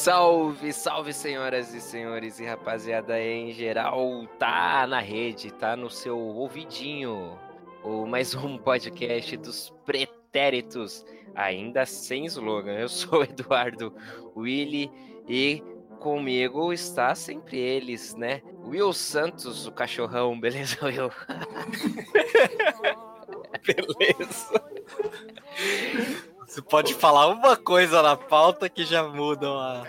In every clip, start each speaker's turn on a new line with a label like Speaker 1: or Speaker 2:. Speaker 1: Salve, salve senhoras e senhores e rapaziada em geral, tá na rede, tá no seu ouvidinho. O mais um podcast dos pretéritos, ainda sem slogan. Eu sou o Eduardo Willy e comigo está sempre eles, né? Will Santos, o cachorrão, beleza, Will? beleza.
Speaker 2: Você pode falar uma coisa na pauta que já muda a,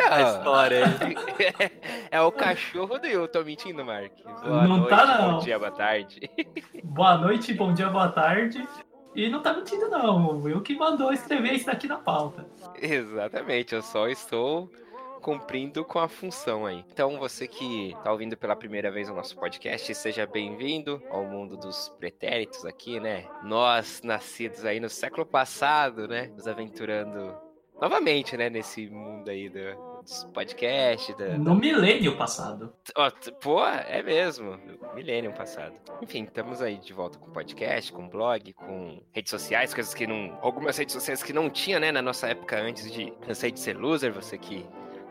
Speaker 1: Ah,
Speaker 2: a história. aí.
Speaker 1: É o cachorro do Will, tô mentindo, Mark. Boa
Speaker 3: Não
Speaker 1: noite,
Speaker 3: tá,
Speaker 1: bom
Speaker 3: não.
Speaker 1: dia, boa tarde.
Speaker 3: Boa noite, bom dia, boa tarde. E não tá mentindo, não. Eu que mandou escrever isso daqui na pauta.
Speaker 1: Exatamente, eu só estou cumprindo com a função aí. Então, você que tá ouvindo pela primeira vez o nosso podcast, seja bem-vindo ao mundo dos pretéritos aqui, né? Nós, nascidos aí no século passado, né? Nos aventurando novamente, né? Nesse mundo aí do- dos podcasts, da,
Speaker 3: No milênio passado.
Speaker 1: Ó, t- Pô, é mesmo. Milênio passado. Enfim, estamos aí de volta com podcast, com blog, com redes sociais, coisas que não. Algumas redes sociais que não tinha, né, na nossa época antes de cansei de ser loser, você que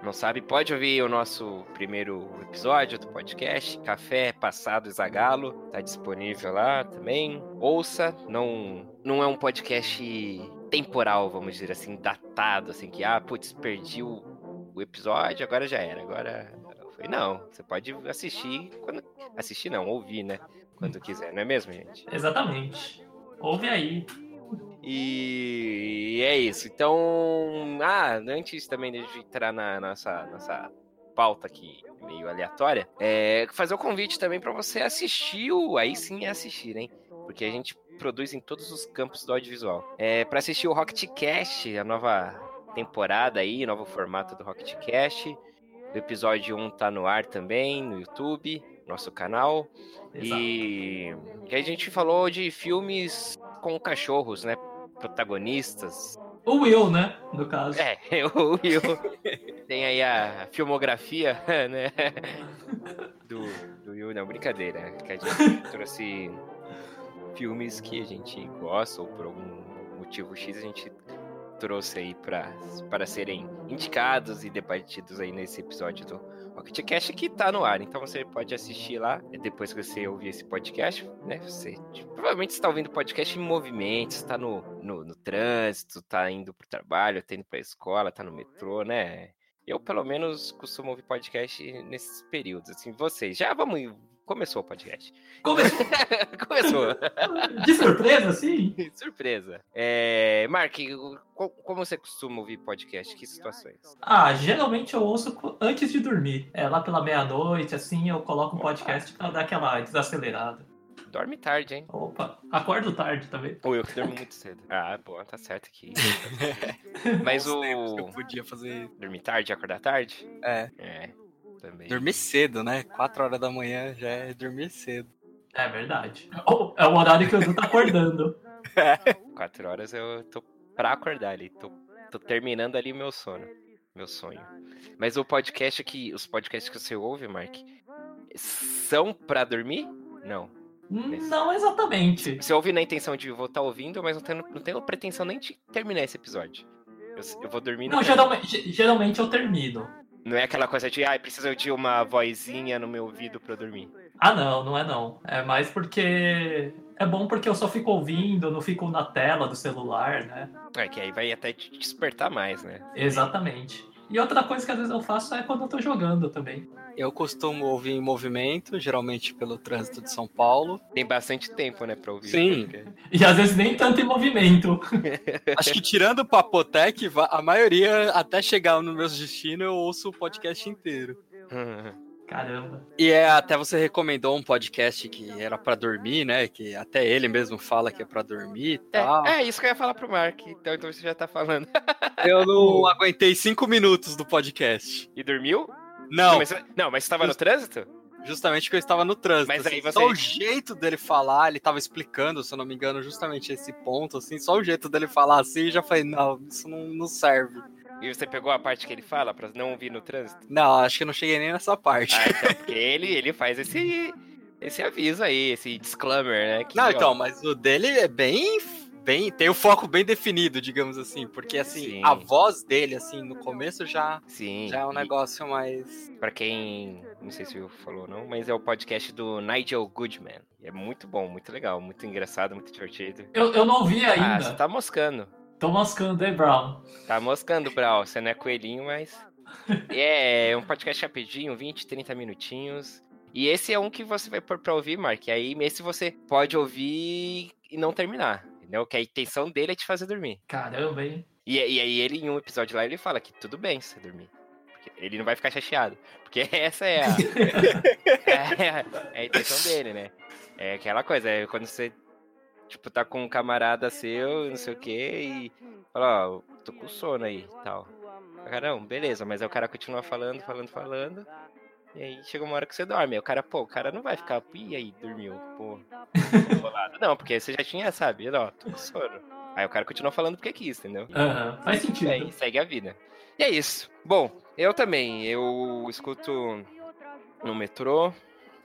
Speaker 1: não sabe, pode ouvir o nosso primeiro episódio do podcast, Café Passado Zagalo, tá disponível lá também. Ouça, não não é um podcast temporal, vamos dizer assim, datado, assim que ah, putz, perdi o, o episódio, agora já era, agora foi não, você pode assistir quando assistir não, ouvir, né? Quando quiser, não é mesmo, gente?
Speaker 3: Exatamente. Ouve aí.
Speaker 1: E é isso. Então, ah, antes também de entrar na nossa, nossa pauta aqui, meio aleatória, é fazer o convite também para você assistir o. Aí sim é assistir, hein? Porque a gente produz em todos os campos do audiovisual. É, para assistir o Rocketcast, a nova temporada aí, novo formato do Rocketcast. O episódio 1 tá no ar também, no YouTube, nosso canal.
Speaker 3: Exato.
Speaker 1: E que a gente falou de filmes com cachorros, né? Protagonistas.
Speaker 3: O Will, né? No caso.
Speaker 1: É, o Will tem aí a filmografia, né? Do, do Will, não, brincadeira. Que a gente trouxe filmes que a gente gosta, ou por algum motivo X a gente trouxe aí pra, para serem indicados e debatidos aí nesse episódio do Rocket Cash que tá no ar, então você pode assistir lá né, depois que você ouvir esse podcast, né? Você tipo, provavelmente está ouvindo podcast em movimento, está no, no, no trânsito, tá indo pro trabalho, tá indo pra escola, tá no metrô, né? Eu, pelo menos, costumo ouvir podcast nesses períodos, assim, vocês. Já vamos. Começou o podcast.
Speaker 3: Começou
Speaker 1: Começou.
Speaker 3: de surpresa, assim? sim?
Speaker 1: Surpresa. É, Mark, co- como você costuma ouvir podcast? Que situações?
Speaker 3: Ah, geralmente eu ouço co- antes de dormir. É lá pela meia-noite, assim, eu coloco um podcast pra dar aquela desacelerada.
Speaker 1: Dorme tarde, hein?
Speaker 3: Opa, acordo tarde também.
Speaker 1: Ou eu que durmo muito cedo. Ah, bom, tá certo aqui. Mas
Speaker 2: Bons tempos que
Speaker 1: o.
Speaker 2: Eu podia fazer isso.
Speaker 1: Dormir tarde, acordar tarde?
Speaker 2: É.
Speaker 1: É, também.
Speaker 2: Dormir cedo, né? 4 horas da manhã já é dormir cedo.
Speaker 3: É verdade. Oh, é o horário que o Edu tá acordando.
Speaker 1: Quatro horas eu tô pra acordar ali. Tô, tô terminando ali meu sono. Meu sonho. Mas o podcast que. Os podcasts que você ouve, Mark, são pra dormir? Não.
Speaker 3: Não exatamente.
Speaker 1: Você ouve na intenção de vou estar ouvindo, mas não tenho, não tenho pretensão nem de terminar esse episódio. Eu, eu vou dormir
Speaker 3: Não, um
Speaker 1: no-
Speaker 3: geralmente, geralmente eu termino.
Speaker 1: Não é aquela coisa de, ai, preciso de uma vozinha no meu ouvido pra eu dormir.
Speaker 3: Ah, não, não é não. É mais porque. É bom porque eu só fico ouvindo, não fico na tela do celular, né?
Speaker 1: É que aí vai até te despertar mais, né?
Speaker 3: Exatamente. E outra coisa que às vezes eu faço é quando eu tô jogando também.
Speaker 2: Eu costumo ouvir em movimento, geralmente pelo trânsito de São Paulo.
Speaker 1: Tem bastante tempo, né, pra ouvir.
Speaker 2: Sim.
Speaker 1: Porque-
Speaker 3: E às vezes nem tanto em movimento.
Speaker 2: Acho que tirando o Papotec, va- a maioria, até chegar no meu destino, eu ouço o podcast inteiro.
Speaker 1: Uhum.
Speaker 3: Caramba.
Speaker 2: E é, até você recomendou um podcast que era pra dormir, né? Que até ele mesmo fala que é pra dormir e tal.
Speaker 1: É, é isso que eu ia falar pro Mark. Então, então você já tá falando.
Speaker 2: Eu não aguentei cinco minutos do podcast.
Speaker 1: E dormiu?
Speaker 2: Não,
Speaker 1: mas, não, mas você tava no trânsito?
Speaker 2: justamente porque eu estava no trânsito.
Speaker 1: Mas aí
Speaker 2: assim,
Speaker 1: você- é
Speaker 2: Só o jeito dele falar, ele tava explicando, se eu não me engano, justamente esse ponto, assim, só o jeito dele falar assim, eu já falei, não, isso não, não serve.
Speaker 1: E você pegou a parte que ele fala pra não ouvir no trânsito?
Speaker 2: Não, acho que eu não cheguei nem nessa parte.
Speaker 1: Ah, então, porque ele, ele faz esse, esse aviso aí, esse disclaimer, né? que,
Speaker 2: não,
Speaker 1: ó,
Speaker 2: então, mas o dele é bem, bem, tem o foco bem definido, digamos assim, porque assim,
Speaker 1: Sim.
Speaker 2: a voz dele assim no começo já
Speaker 1: Sim.
Speaker 2: já é um
Speaker 1: e-
Speaker 2: negócio mais
Speaker 1: Pra quem. Não sei se eu falou ou não, mas é o podcast do Nigel Goodman. É muito bom, muito legal, muito engraçado, muito divertido.
Speaker 3: Eu, eu não vi
Speaker 1: Ah, você
Speaker 3: ainda.
Speaker 1: tá moscando.
Speaker 3: Tô mascando, hein, Brown?
Speaker 1: Tá moscando, Brau. Você não é coelhinho, mas. É, é um podcast rapidinho, 20, 30 minutinhos. E esse é um que você vai pôr pra ouvir, Mark. E aí, esse você pode ouvir e não terminar. Entendeu? Que a intenção dele é te fazer dormir.
Speaker 3: Caramba, hein?
Speaker 1: E, e aí ele, em um episódio lá, ele fala que tudo bem se você dormir. Porque ele não vai ficar chateado. Porque essa é a, é, a- é a intenção dele, né? É aquela coisa, é quando você, tipo, tá com um camarada seu, não sei o quê, e fala, ó, tô com sono aí e tal. O cara, não, beleza, mas aí o cara continua falando, falando, falando. E aí chega uma hora que você dorme. Aí o cara, pô, o cara não vai ficar, e aí, dormiu, pô. ficou bolado." Não, porque você já tinha, sabe? Não, tô com sono. Aí o cara continua falando porque quis, entendeu?
Speaker 3: Aham, faz sentido.
Speaker 1: É, e segue a vida. E é isso. Bom, eu também. Eu escuto no metrô,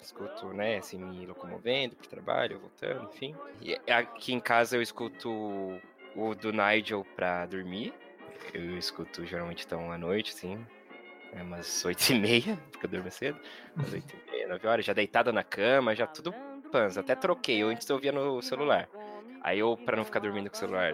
Speaker 1: escuto, né, assim, me locomovendo pro trabalho, voltando, enfim. E aqui em casa eu escuto o do Nigel pra dormir. Eu escuto geralmente então à noite, assim. É umas oito e meia, porque eu durmo cedo. Umas oito e meia, nove horas, já deitado na cama, já tudo panza. Até troquei, eu antes eu ouvia no celular. Aí eu, pra não ficar dormindo com o celular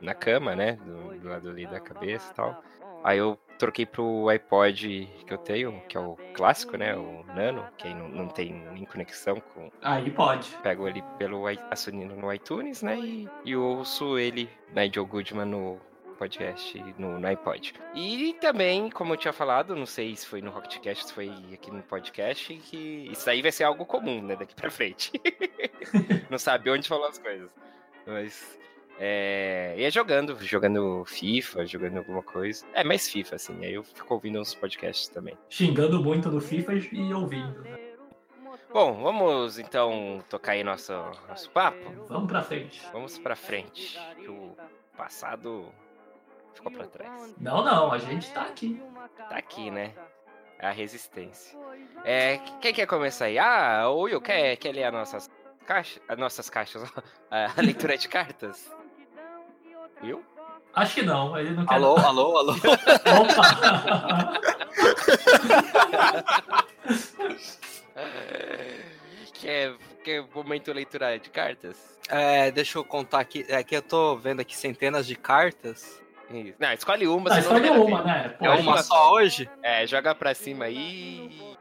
Speaker 1: na cama, né? Do, do lado ali da cabeça e tal. Aí eu troquei pro iPod que eu tenho, que é o clássico, né? O Nano, que aí não, não tem nem conexão com.
Speaker 3: Aí pode.
Speaker 1: Pego ele pelo i- assinando no iTunes, né? E, e ouço ele na Joe Goodman no podcast, no, no iPod. E também, como eu tinha falado, não sei se foi no Rocketcast, se foi aqui no podcast, que isso aí vai ser algo comum, né? Daqui pra frente. não sabe onde falar as coisas. Mas. É, ia jogando, jogando FIFA, jogando alguma coisa. É, mais FIFA, assim. Aí eu fico ouvindo uns podcasts também.
Speaker 3: Xingando muito no FIFA e e ouvindo. né?
Speaker 1: Bom, vamos então tocar aí nosso, nosso papo.
Speaker 3: Vamos pra frente.
Speaker 1: Vamos pra frente, que o passado ficou pra trás.
Speaker 3: Não, não, a gente tá aqui.
Speaker 1: Tá aqui, né? É a resistência. É, quem quer começar aí? Ah, o Will, quer, quer ler as nossas caixas? As nossas caixas, ó, a leitura de cartas? Will?
Speaker 3: Acho que não, ele não quer.
Speaker 2: Alô, alô, alô.
Speaker 3: Opa!
Speaker 1: Quer, quer momento leitura de cartas?
Speaker 2: É, deixa eu contar aqui, é que eu tô vendo aqui centenas de cartas.
Speaker 1: Isso. Não, escolhe uma.
Speaker 3: Não,
Speaker 1: senão não
Speaker 3: escolhe
Speaker 1: vai dar
Speaker 3: uma, né? Pô,
Speaker 1: É
Speaker 2: É
Speaker 1: uma
Speaker 2: uma só hoje?
Speaker 1: É, joga pra cima aí. E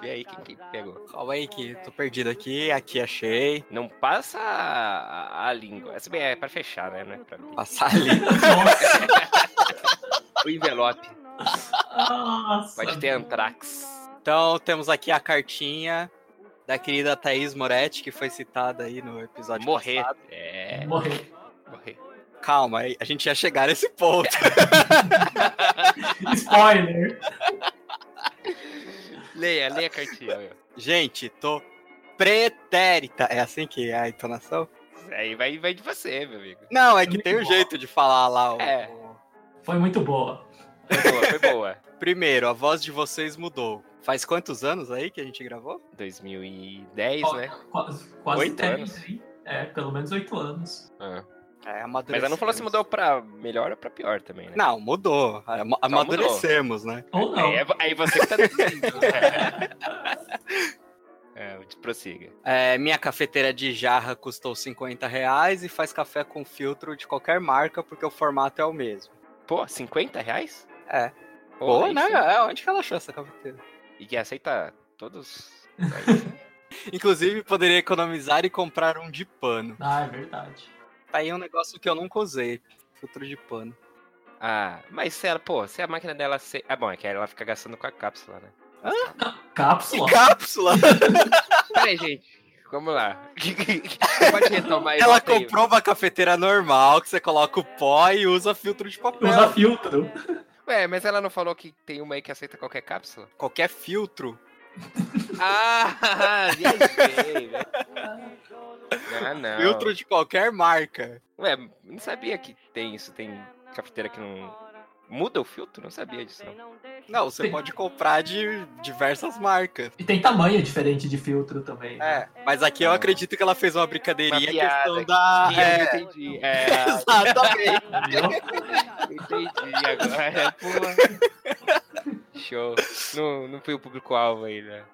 Speaker 1: vê aí quem que pegou.
Speaker 2: Calma aí que tô perdido aqui, aqui achei.
Speaker 1: Não passa a, a língua. Essa bem é pra fechar, né? Não é pra abrir.
Speaker 2: Passar ali.
Speaker 3: Nossa,
Speaker 1: O envelope.
Speaker 3: nossa.
Speaker 1: Pode ter antrax.
Speaker 2: Então temos aqui a cartinha da querida Thaís Moretti, que foi citada aí no episódio
Speaker 1: Morrer.
Speaker 2: passado.
Speaker 1: É,
Speaker 3: Morrer.
Speaker 1: morrer.
Speaker 2: Calma, aí, a gente ia chegar nesse ponto.
Speaker 3: Spoiler!
Speaker 1: Leia, leia a cartinha. meu.
Speaker 2: Gente, tô pretérita. É assim que é a entonação?
Speaker 1: Isso Aí vai, vai de você, meu amigo.
Speaker 2: Não, é que
Speaker 3: Muito
Speaker 2: tem um
Speaker 3: bom.
Speaker 2: jeito de falar lá. o-
Speaker 1: Uhum. É.
Speaker 2: o-
Speaker 3: Foi muito boa.
Speaker 1: Foi boa, foi boa.
Speaker 2: Primeiro, a voz de vocês mudou. Faz quantos anos aí que a gente gravou?
Speaker 1: 2010, né?
Speaker 3: Quase, quase
Speaker 1: Oito
Speaker 3: 10,
Speaker 1: anos.
Speaker 3: hein? É, pelo menos oito anos.
Speaker 1: Ah.
Speaker 2: É,
Speaker 1: Mas ela não falou se
Speaker 2: amadurecemos.
Speaker 1: mudou pra melhor ou pra pior também, né?
Speaker 2: Não, mudou. Ama- Amadurecemos, né?
Speaker 3: Ou não.
Speaker 1: Aí, é- aí você que tá decidindo. é, prossiga.
Speaker 2: É, minha cafeteira de jarra custou 50 reais e faz café com filtro de qualquer marca, porque o formato é o mesmo.
Speaker 1: Pô, 50 reais?
Speaker 2: É.
Speaker 1: Pô,
Speaker 2: Boa,
Speaker 1: aí
Speaker 2: né?
Speaker 1: sim.
Speaker 2: É, onde que ela achou essa cafeteira?
Speaker 1: E que aceita todos. Aí sim.
Speaker 2: Inclusive, poderia economizar e comprar um de pano.
Speaker 3: Ah, é verdade.
Speaker 2: Tá aí um negócio que eu nunca usei. Filtro de pano.
Speaker 1: ah, mas se ela, pô, se a máquina dela. Se... Ah, bom, é que ela fica gastando com a cápsula, né?
Speaker 3: Cápsula.
Speaker 2: Cápsula!
Speaker 1: Peraí, gente. Vamos lá. Pode retomar aí,
Speaker 2: Ela
Speaker 1: volta aí.
Speaker 2: comprou uma cafeteira normal, que você coloca o pó e usa filtro de papel.
Speaker 3: Usa filtro.
Speaker 1: Ué, mas ela não falou que tem uma aí que aceita qualquer cápsula?
Speaker 2: Qualquer filtro.
Speaker 1: Ah, viajei, velho. Ah,
Speaker 2: É.
Speaker 1: não.
Speaker 2: Filtro de qualquer marca.
Speaker 1: Ué, não sabia que tem isso. Tem cafeteira que não Muda o filtro? Não sabia disso. Não.
Speaker 2: Não, você pode comprar de diversas marcas.
Speaker 3: E tem tamanho diferente de filtro também. né?
Speaker 2: É, mas aqui eu acredito que ela fez uma brincadeirinha
Speaker 1: Uma piada
Speaker 2: questão da.
Speaker 1: Sim,
Speaker 2: É,
Speaker 1: eu entendi. É,
Speaker 2: exatamente.
Speaker 3: Entendeu?
Speaker 1: entendi agora. Pô. Show. Não, não fui o público-alvo ainda.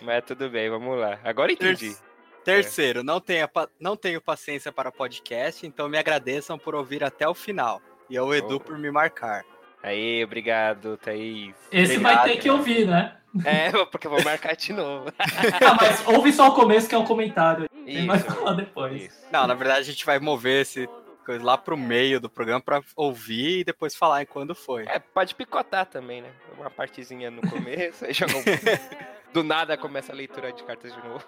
Speaker 1: Mas tudo bem, vamos lá. Agora entendi.
Speaker 2: Terceiro, não, tenha, pa- não tenho paciência para podcast, então me agradeçam por ouvir até o final. E ao Edu
Speaker 1: Oh.
Speaker 2: por me marcar.
Speaker 1: Aí, obrigado, Thaís.
Speaker 3: Esse vai
Speaker 1: Obrigado.
Speaker 3: ter que ouvir, né?
Speaker 1: É, porque eu vou marcar de novo.
Speaker 3: Ah, mas ouve só o começo que é um comentário. Tem mais pra
Speaker 1: Isso.
Speaker 3: falar depois.
Speaker 1: Isso.
Speaker 2: Não, na verdade a gente vai mover esse coisa lá pro meio do programa para ouvir e depois falar em quando foi.
Speaker 1: É, pode picotar também, né? Uma partezinha no começo, aí joga um... Do nada começa a leitura de cartas de novo.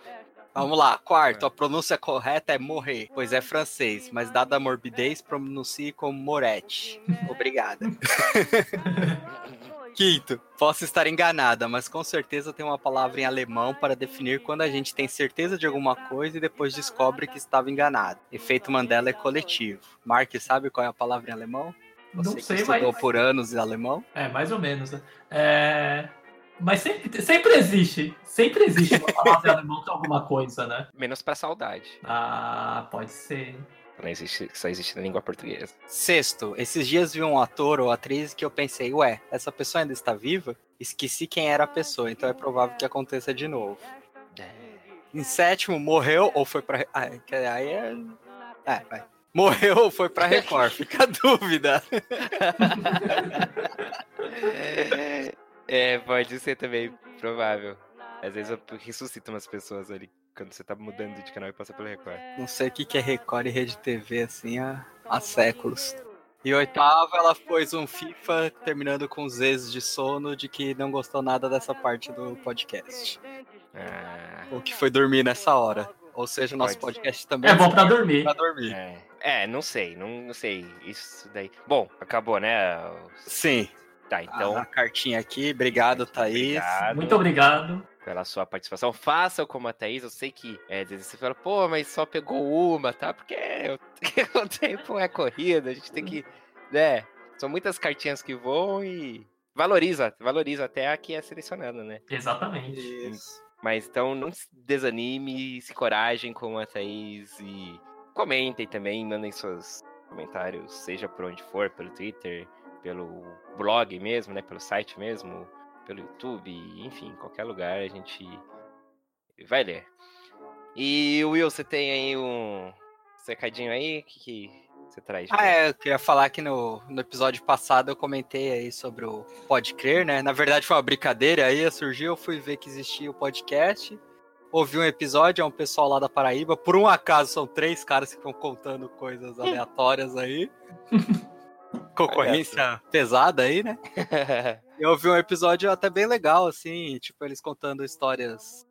Speaker 2: Vamos lá,
Speaker 1: É.
Speaker 2: quarto, a pronúncia correta é morrer, pois é francês, mas dada a morbidez, pronuncie como Moretti. Obrigada. Quinto, posso estar enganada, mas com certeza tem uma palavra em alemão para definir quando a gente tem certeza de alguma coisa e depois descobre que estava enganado. Efeito Mandela é coletivo. Mark, sabe qual é a palavra em alemão?
Speaker 3: Não
Speaker 2: Você que
Speaker 3: sei,
Speaker 2: estudou
Speaker 3: mas.
Speaker 2: por anos em alemão?
Speaker 3: É, mais ou menos. né? É... Mas sempre, sempre existe. Sempre existe uma palavra em alemão que é alguma coisa, né?
Speaker 1: Menos pra saudade.
Speaker 3: Ah, pode ser.
Speaker 1: Não existe, só existe na língua portuguesa.
Speaker 2: Sexto, esses dias vi um ator ou atriz que eu pensei, ué, essa pessoa ainda está viva? Esqueci quem era a pessoa, então é provável que aconteça de novo. Em sétimo, morreu ou foi pra. Ah, é que aí é. É, vai. Morreu ou foi pra Record? Fica a dúvida.
Speaker 1: É, pode ser também, provável. Às vezes eu ressuscito umas pessoas ali quando você tá mudando de canal e passa pelo Record.
Speaker 2: Não sei o que que é Record e Rede TV assim há, há séculos. E oitava, ela pôs um FIFA terminando com os ex de sono de que não gostou nada dessa parte do podcast.
Speaker 1: Ah,
Speaker 2: Ou que foi dormir nessa hora. Ou seja, o nosso
Speaker 1: Pode ser.
Speaker 2: podcast também
Speaker 3: É bom pra dormir.
Speaker 2: pra dormir.
Speaker 1: é. É, não sei, não, não sei. Isso daí. Bom, acabou, né?
Speaker 2: Sim.
Speaker 1: Tá, então.
Speaker 2: Então, a cartinha aqui. Obrigado, Thaís.
Speaker 1: obrigado.
Speaker 3: Muito obrigado.
Speaker 1: pela sua participação. Façam como a Thaís, eu sei que é, às vezes você fala, pô, mas só pegou uma, tá? Porque é, o- o tempo é corrido, a gente tem que. né? São muitas cartinhas que vão e. Valoriza, valoriza até a que é selecionada, né?
Speaker 3: Exatamente.
Speaker 2: Isso.
Speaker 1: Mas então não se desanime, se coragem como a Thaís e comentem também, mandem seus comentários, seja por onde for, pelo Twitter, pelo blog mesmo, né? Pelo site mesmo, pelo YouTube, enfim, qualquer lugar a gente vai ler. E Will, você tem aí um secadinho aí? O que, que você traz? de
Speaker 2: Ah, é, eu queria falar que no, no episódio passado eu comentei aí sobre o Pode Crer, né? Na verdade foi uma brincadeira aí, surgiu, eu fui ver que existia o podcast, ouvi um episódio, é um pessoal lá da Paraíba, por um acaso são três caras que ficam contando coisas aleatórias aí. Concorrência pesada aí, né?
Speaker 1: bom?
Speaker 2: Eu ouvi um episódio até bem legal, assim, tipo, eles contando histórias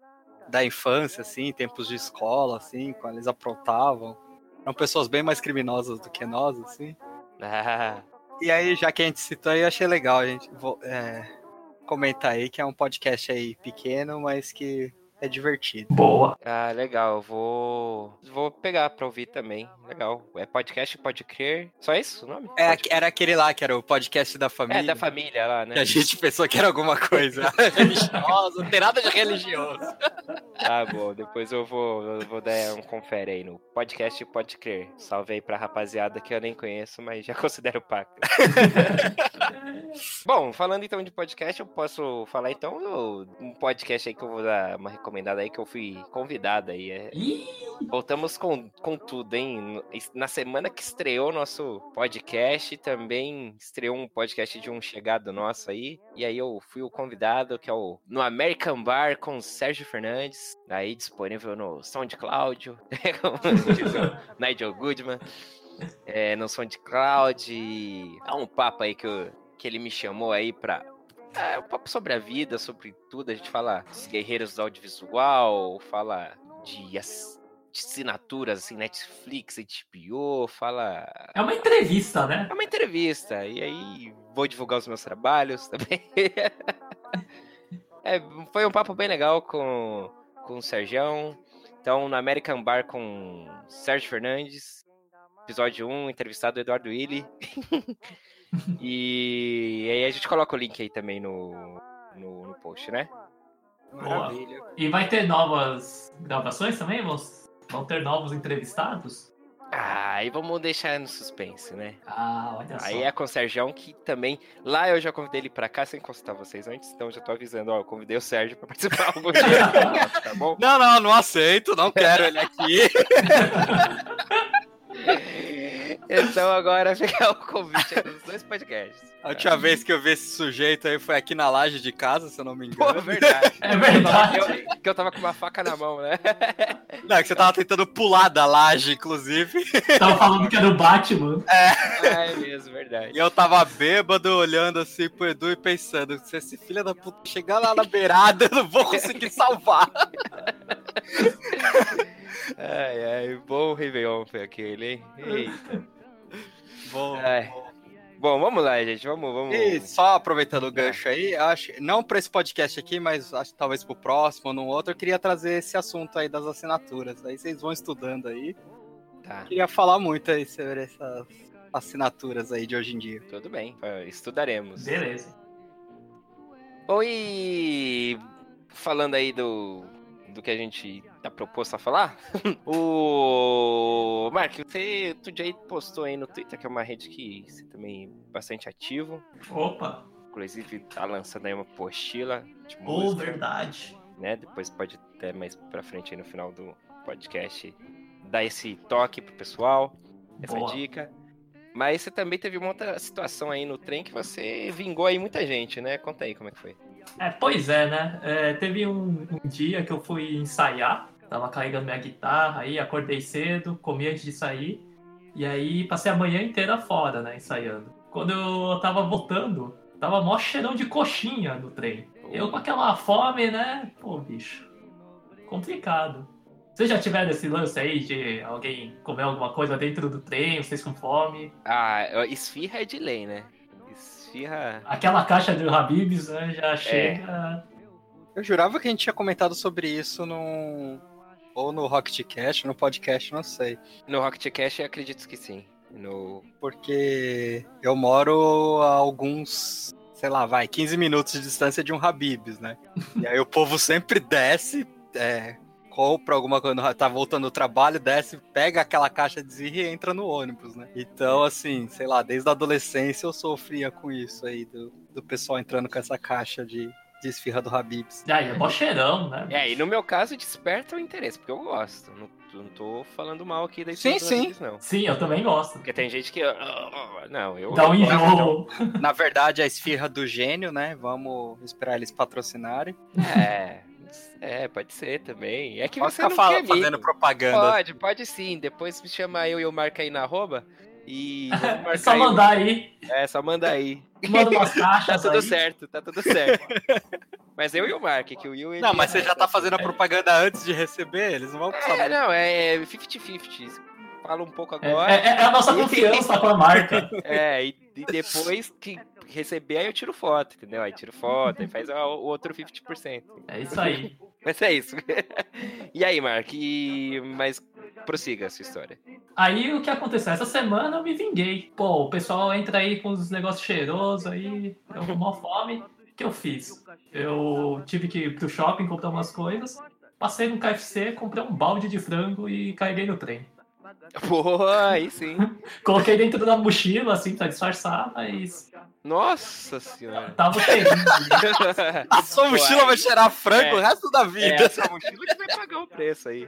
Speaker 2: da infância, assim, tempos de escola, assim, quando eles aprontavam. Eram pessoas bem mais criminosas do que nós, assim.
Speaker 1: Ah,
Speaker 2: E aí, já que a gente citou aí, eu achei legal a gente vo- é, comentar aí que é um podcast aí pequeno, mas que é divertido.
Speaker 3: Boa.
Speaker 1: Ah, legal. eu Vou vou pegar pra ouvir também. Legal. É podcast Pode Crer. Só isso o nome?
Speaker 2: É,
Speaker 1: Pode-
Speaker 2: Era aquele lá que era o podcast da família.
Speaker 1: É, da família lá, né?
Speaker 2: Que a gente pensou que era alguma coisa religiosa, não tem nada de religioso.
Speaker 1: Ah, bom. Depois eu vou, eu vou dar um confere aí no podcast Pode Crer. Salve aí pra rapaziada que eu nem conheço, mas já considero pacto. bom, falando então de podcast, eu posso falar então do- um podcast aí que eu vou dar uma recomendada aí que eu fui convidado aí. É,
Speaker 3: Ih,
Speaker 1: Voltamos com, com tudo, hein? Na semana que estreou o nosso podcast, também estreou um podcast de um chegado nosso aí. E aí eu fui o convidado, que é o No American Bar com o Sérgio Fernandes, aí disponível no SoundCloud, como diz o Nigel Goodman, é, no SoundCloud. e É um papo aí que, eu- que ele me chamou aí pra. É um papo sobre a vida, sobre tudo. A gente fala dos guerreiros do audiovisual, fala de ass- de assinaturas, assim, Netflix, HBO, fala.
Speaker 3: é uma entrevista, né?
Speaker 1: É uma entrevista, e aí vou divulgar os meus trabalhos também. É, foi um papo bem legal com, com o Sergião. Então, na American Bar um, com Sérgio Fernandes, episódio 1, entrevistado Eduardo Willi. E aí a gente coloca o link aí também no, no, no post, né?
Speaker 3: Boa. E vai ter novas gravações também? Vão, vão ter novos entrevistados?
Speaker 1: Ah, aí vamos deixar no suspense, né?
Speaker 3: Ah, olha só.
Speaker 1: Aí é com o Sérgio que também. Lá eu já convidei ele pra cá sem consultar vocês antes, então já tô avisando, ó, eu convidei o Sérgio pra participar algum dia, tá bom?
Speaker 2: Não, não, não aceito, não quero ele aqui.
Speaker 1: Então agora fica o convite aí dos dois podcasts.
Speaker 2: A última vez que eu vi esse sujeito aí foi aqui na laje de casa, se eu não me
Speaker 1: Pô,
Speaker 2: engano.
Speaker 1: verdade.
Speaker 3: É verdade.
Speaker 1: Eu- que eu tava com uma faca na mão, né?
Speaker 2: Não, é que você tava tentando pular da laje, inclusive.
Speaker 3: Tava falando que era o Batman.
Speaker 1: Ah, é mesmo, verdade.
Speaker 2: E eu tava bêbado, olhando assim pro Edu e pensando: se esse filho da puta chegar lá na beirada, eu não vou conseguir salvar.
Speaker 1: Ai, ai, bom Réveillon foi aquele, hein? Eita.
Speaker 2: Bom.
Speaker 1: Ai. Bom, vamos lá, gente, vamos, vamos.
Speaker 2: É. E só aproveitando o gancho aí, eu acho, não para esse podcast aqui, mas acho que talvez pro próximo ou num outro, eu queria trazer esse assunto aí das assinaturas. Aí vocês vão estudando aí.
Speaker 1: Tá,
Speaker 2: Queria falar muito aí sobre essas assinaturas aí de hoje em dia.
Speaker 1: tudo bem, ah, estudaremos.
Speaker 3: Beleza.
Speaker 1: Bom, e falando aí do, do que a gente tá proposto a falar, o Mark, você outro dia aí postou aí no Twitter, que é uma rede que você também é bastante ativo,
Speaker 3: Opa,
Speaker 1: inclusive tá lançando aí uma apostila de
Speaker 3: ou
Speaker 1: música,
Speaker 3: verdade.
Speaker 1: né? Depois pode até mais pra frente aí no final do podcast dar esse toque pro pessoal, essa
Speaker 3: Boa.
Speaker 1: dica. Mas você também teve uma outra situação aí no trem que você vingou aí muita gente, né? Conta aí como é que foi.
Speaker 3: É, pois é, né? É, teve um, um dia que eu fui ensaiar, tava carregando minha guitarra, aí acordei cedo, comi antes de sair, e aí passei a manhã inteira fora, né, ensaiando. Quando eu tava voltando, tava mó cheirão de coxinha no trem. Eu com aquela fome, né? Pô, bicho, complicado. Vocês já tiveram esse lance aí de alguém comer alguma coisa dentro do trem, vocês com fome?
Speaker 1: Ah, esfirra é de lei, né? Esfirra.
Speaker 3: Aquela caixa do Habibs, né, já chega...
Speaker 2: Eu jurava que a gente tinha comentado sobre isso num. Ou no Rocket Cash, no podcast, não sei.
Speaker 1: No Rocket Cash, eu acredito que sim. No...
Speaker 2: Porque eu moro a alguns, sei lá, vai, 15 minutos de distância de um Habibs, né? E aí o povo sempre desce, é, compra alguma coisa, no- tá voltando do trabalho, desce, pega aquela caixa de zirra e entra no ônibus, né? Então, assim, sei lá, desde a adolescência eu sofria com isso aí, do, do pessoal entrando com essa caixa de, de esfirra do Habibs.
Speaker 3: E aí, é mó cheirão, né?
Speaker 1: É, e no meu caso, desperta o interesse, porque eu gosto. Não, não tô falando mal aqui da
Speaker 2: Sim,
Speaker 1: esfirra do
Speaker 2: sim.
Speaker 1: Habib's, não.
Speaker 3: Sim, eu também gosto.
Speaker 1: Porque tem gente que. ah, Não, eu.
Speaker 3: Dá um
Speaker 1: eu gosto, então.
Speaker 3: enjoo.
Speaker 2: Na verdade, a esfirra do gênio, né? Vamos esperar eles patrocinarem.
Speaker 1: É. É, pode ser também. É que
Speaker 2: Pode
Speaker 1: você
Speaker 2: ficar
Speaker 1: não
Speaker 2: fala-
Speaker 1: quer
Speaker 2: fazendo
Speaker 1: mim.
Speaker 2: propaganda.
Speaker 1: Pode, pode sim. Depois me chama eu e eu marco aí na arroba. E vamos
Speaker 3: É
Speaker 1: marcar
Speaker 3: só
Speaker 1: aí.
Speaker 3: mandar aí.
Speaker 1: É, só manda aí.
Speaker 3: Manda umas
Speaker 1: Tá
Speaker 3: caixas
Speaker 1: tudo
Speaker 3: aí.
Speaker 1: certo, tá tudo certo. mas eu e o Mark, que o Will. ele-
Speaker 2: Não, mas você já tá fazendo a propaganda antes de receber, eles não vão
Speaker 1: É,
Speaker 2: precisar.
Speaker 1: não, é 50-50. Fala um pouco
Speaker 3: É,
Speaker 1: agora.
Speaker 3: é- é a nossa confiança com a marca.
Speaker 1: É, e, e depois que receber, aí eu tiro foto, entendeu? Aí tiro foto, aí faz o outro 50%.
Speaker 3: É isso aí.
Speaker 1: Mas é isso. E aí, Mark? E- Mas prossiga a sua história.
Speaker 3: Aí o que aconteceu? Essa semana eu me vinguei. Pô, o pessoal entra aí com os negócios cheirosos aí, eu Então, com maior fome. O que eu fiz? Eu tive que ir pro shopping comprar umas coisas. Passei no KFC, comprei um balde de frango e carreguei no trem.
Speaker 1: Boa, aí sim.
Speaker 3: Coloquei dentro da mochila, assim, pra disfarçar, mas
Speaker 1: Nossa senhora.
Speaker 3: tava cheirinho. É.
Speaker 2: A sua mochila vai cheirar frango
Speaker 1: É.
Speaker 2: o resto da
Speaker 1: É
Speaker 2: vida.
Speaker 1: essa mochila que vai pagar o preço aí.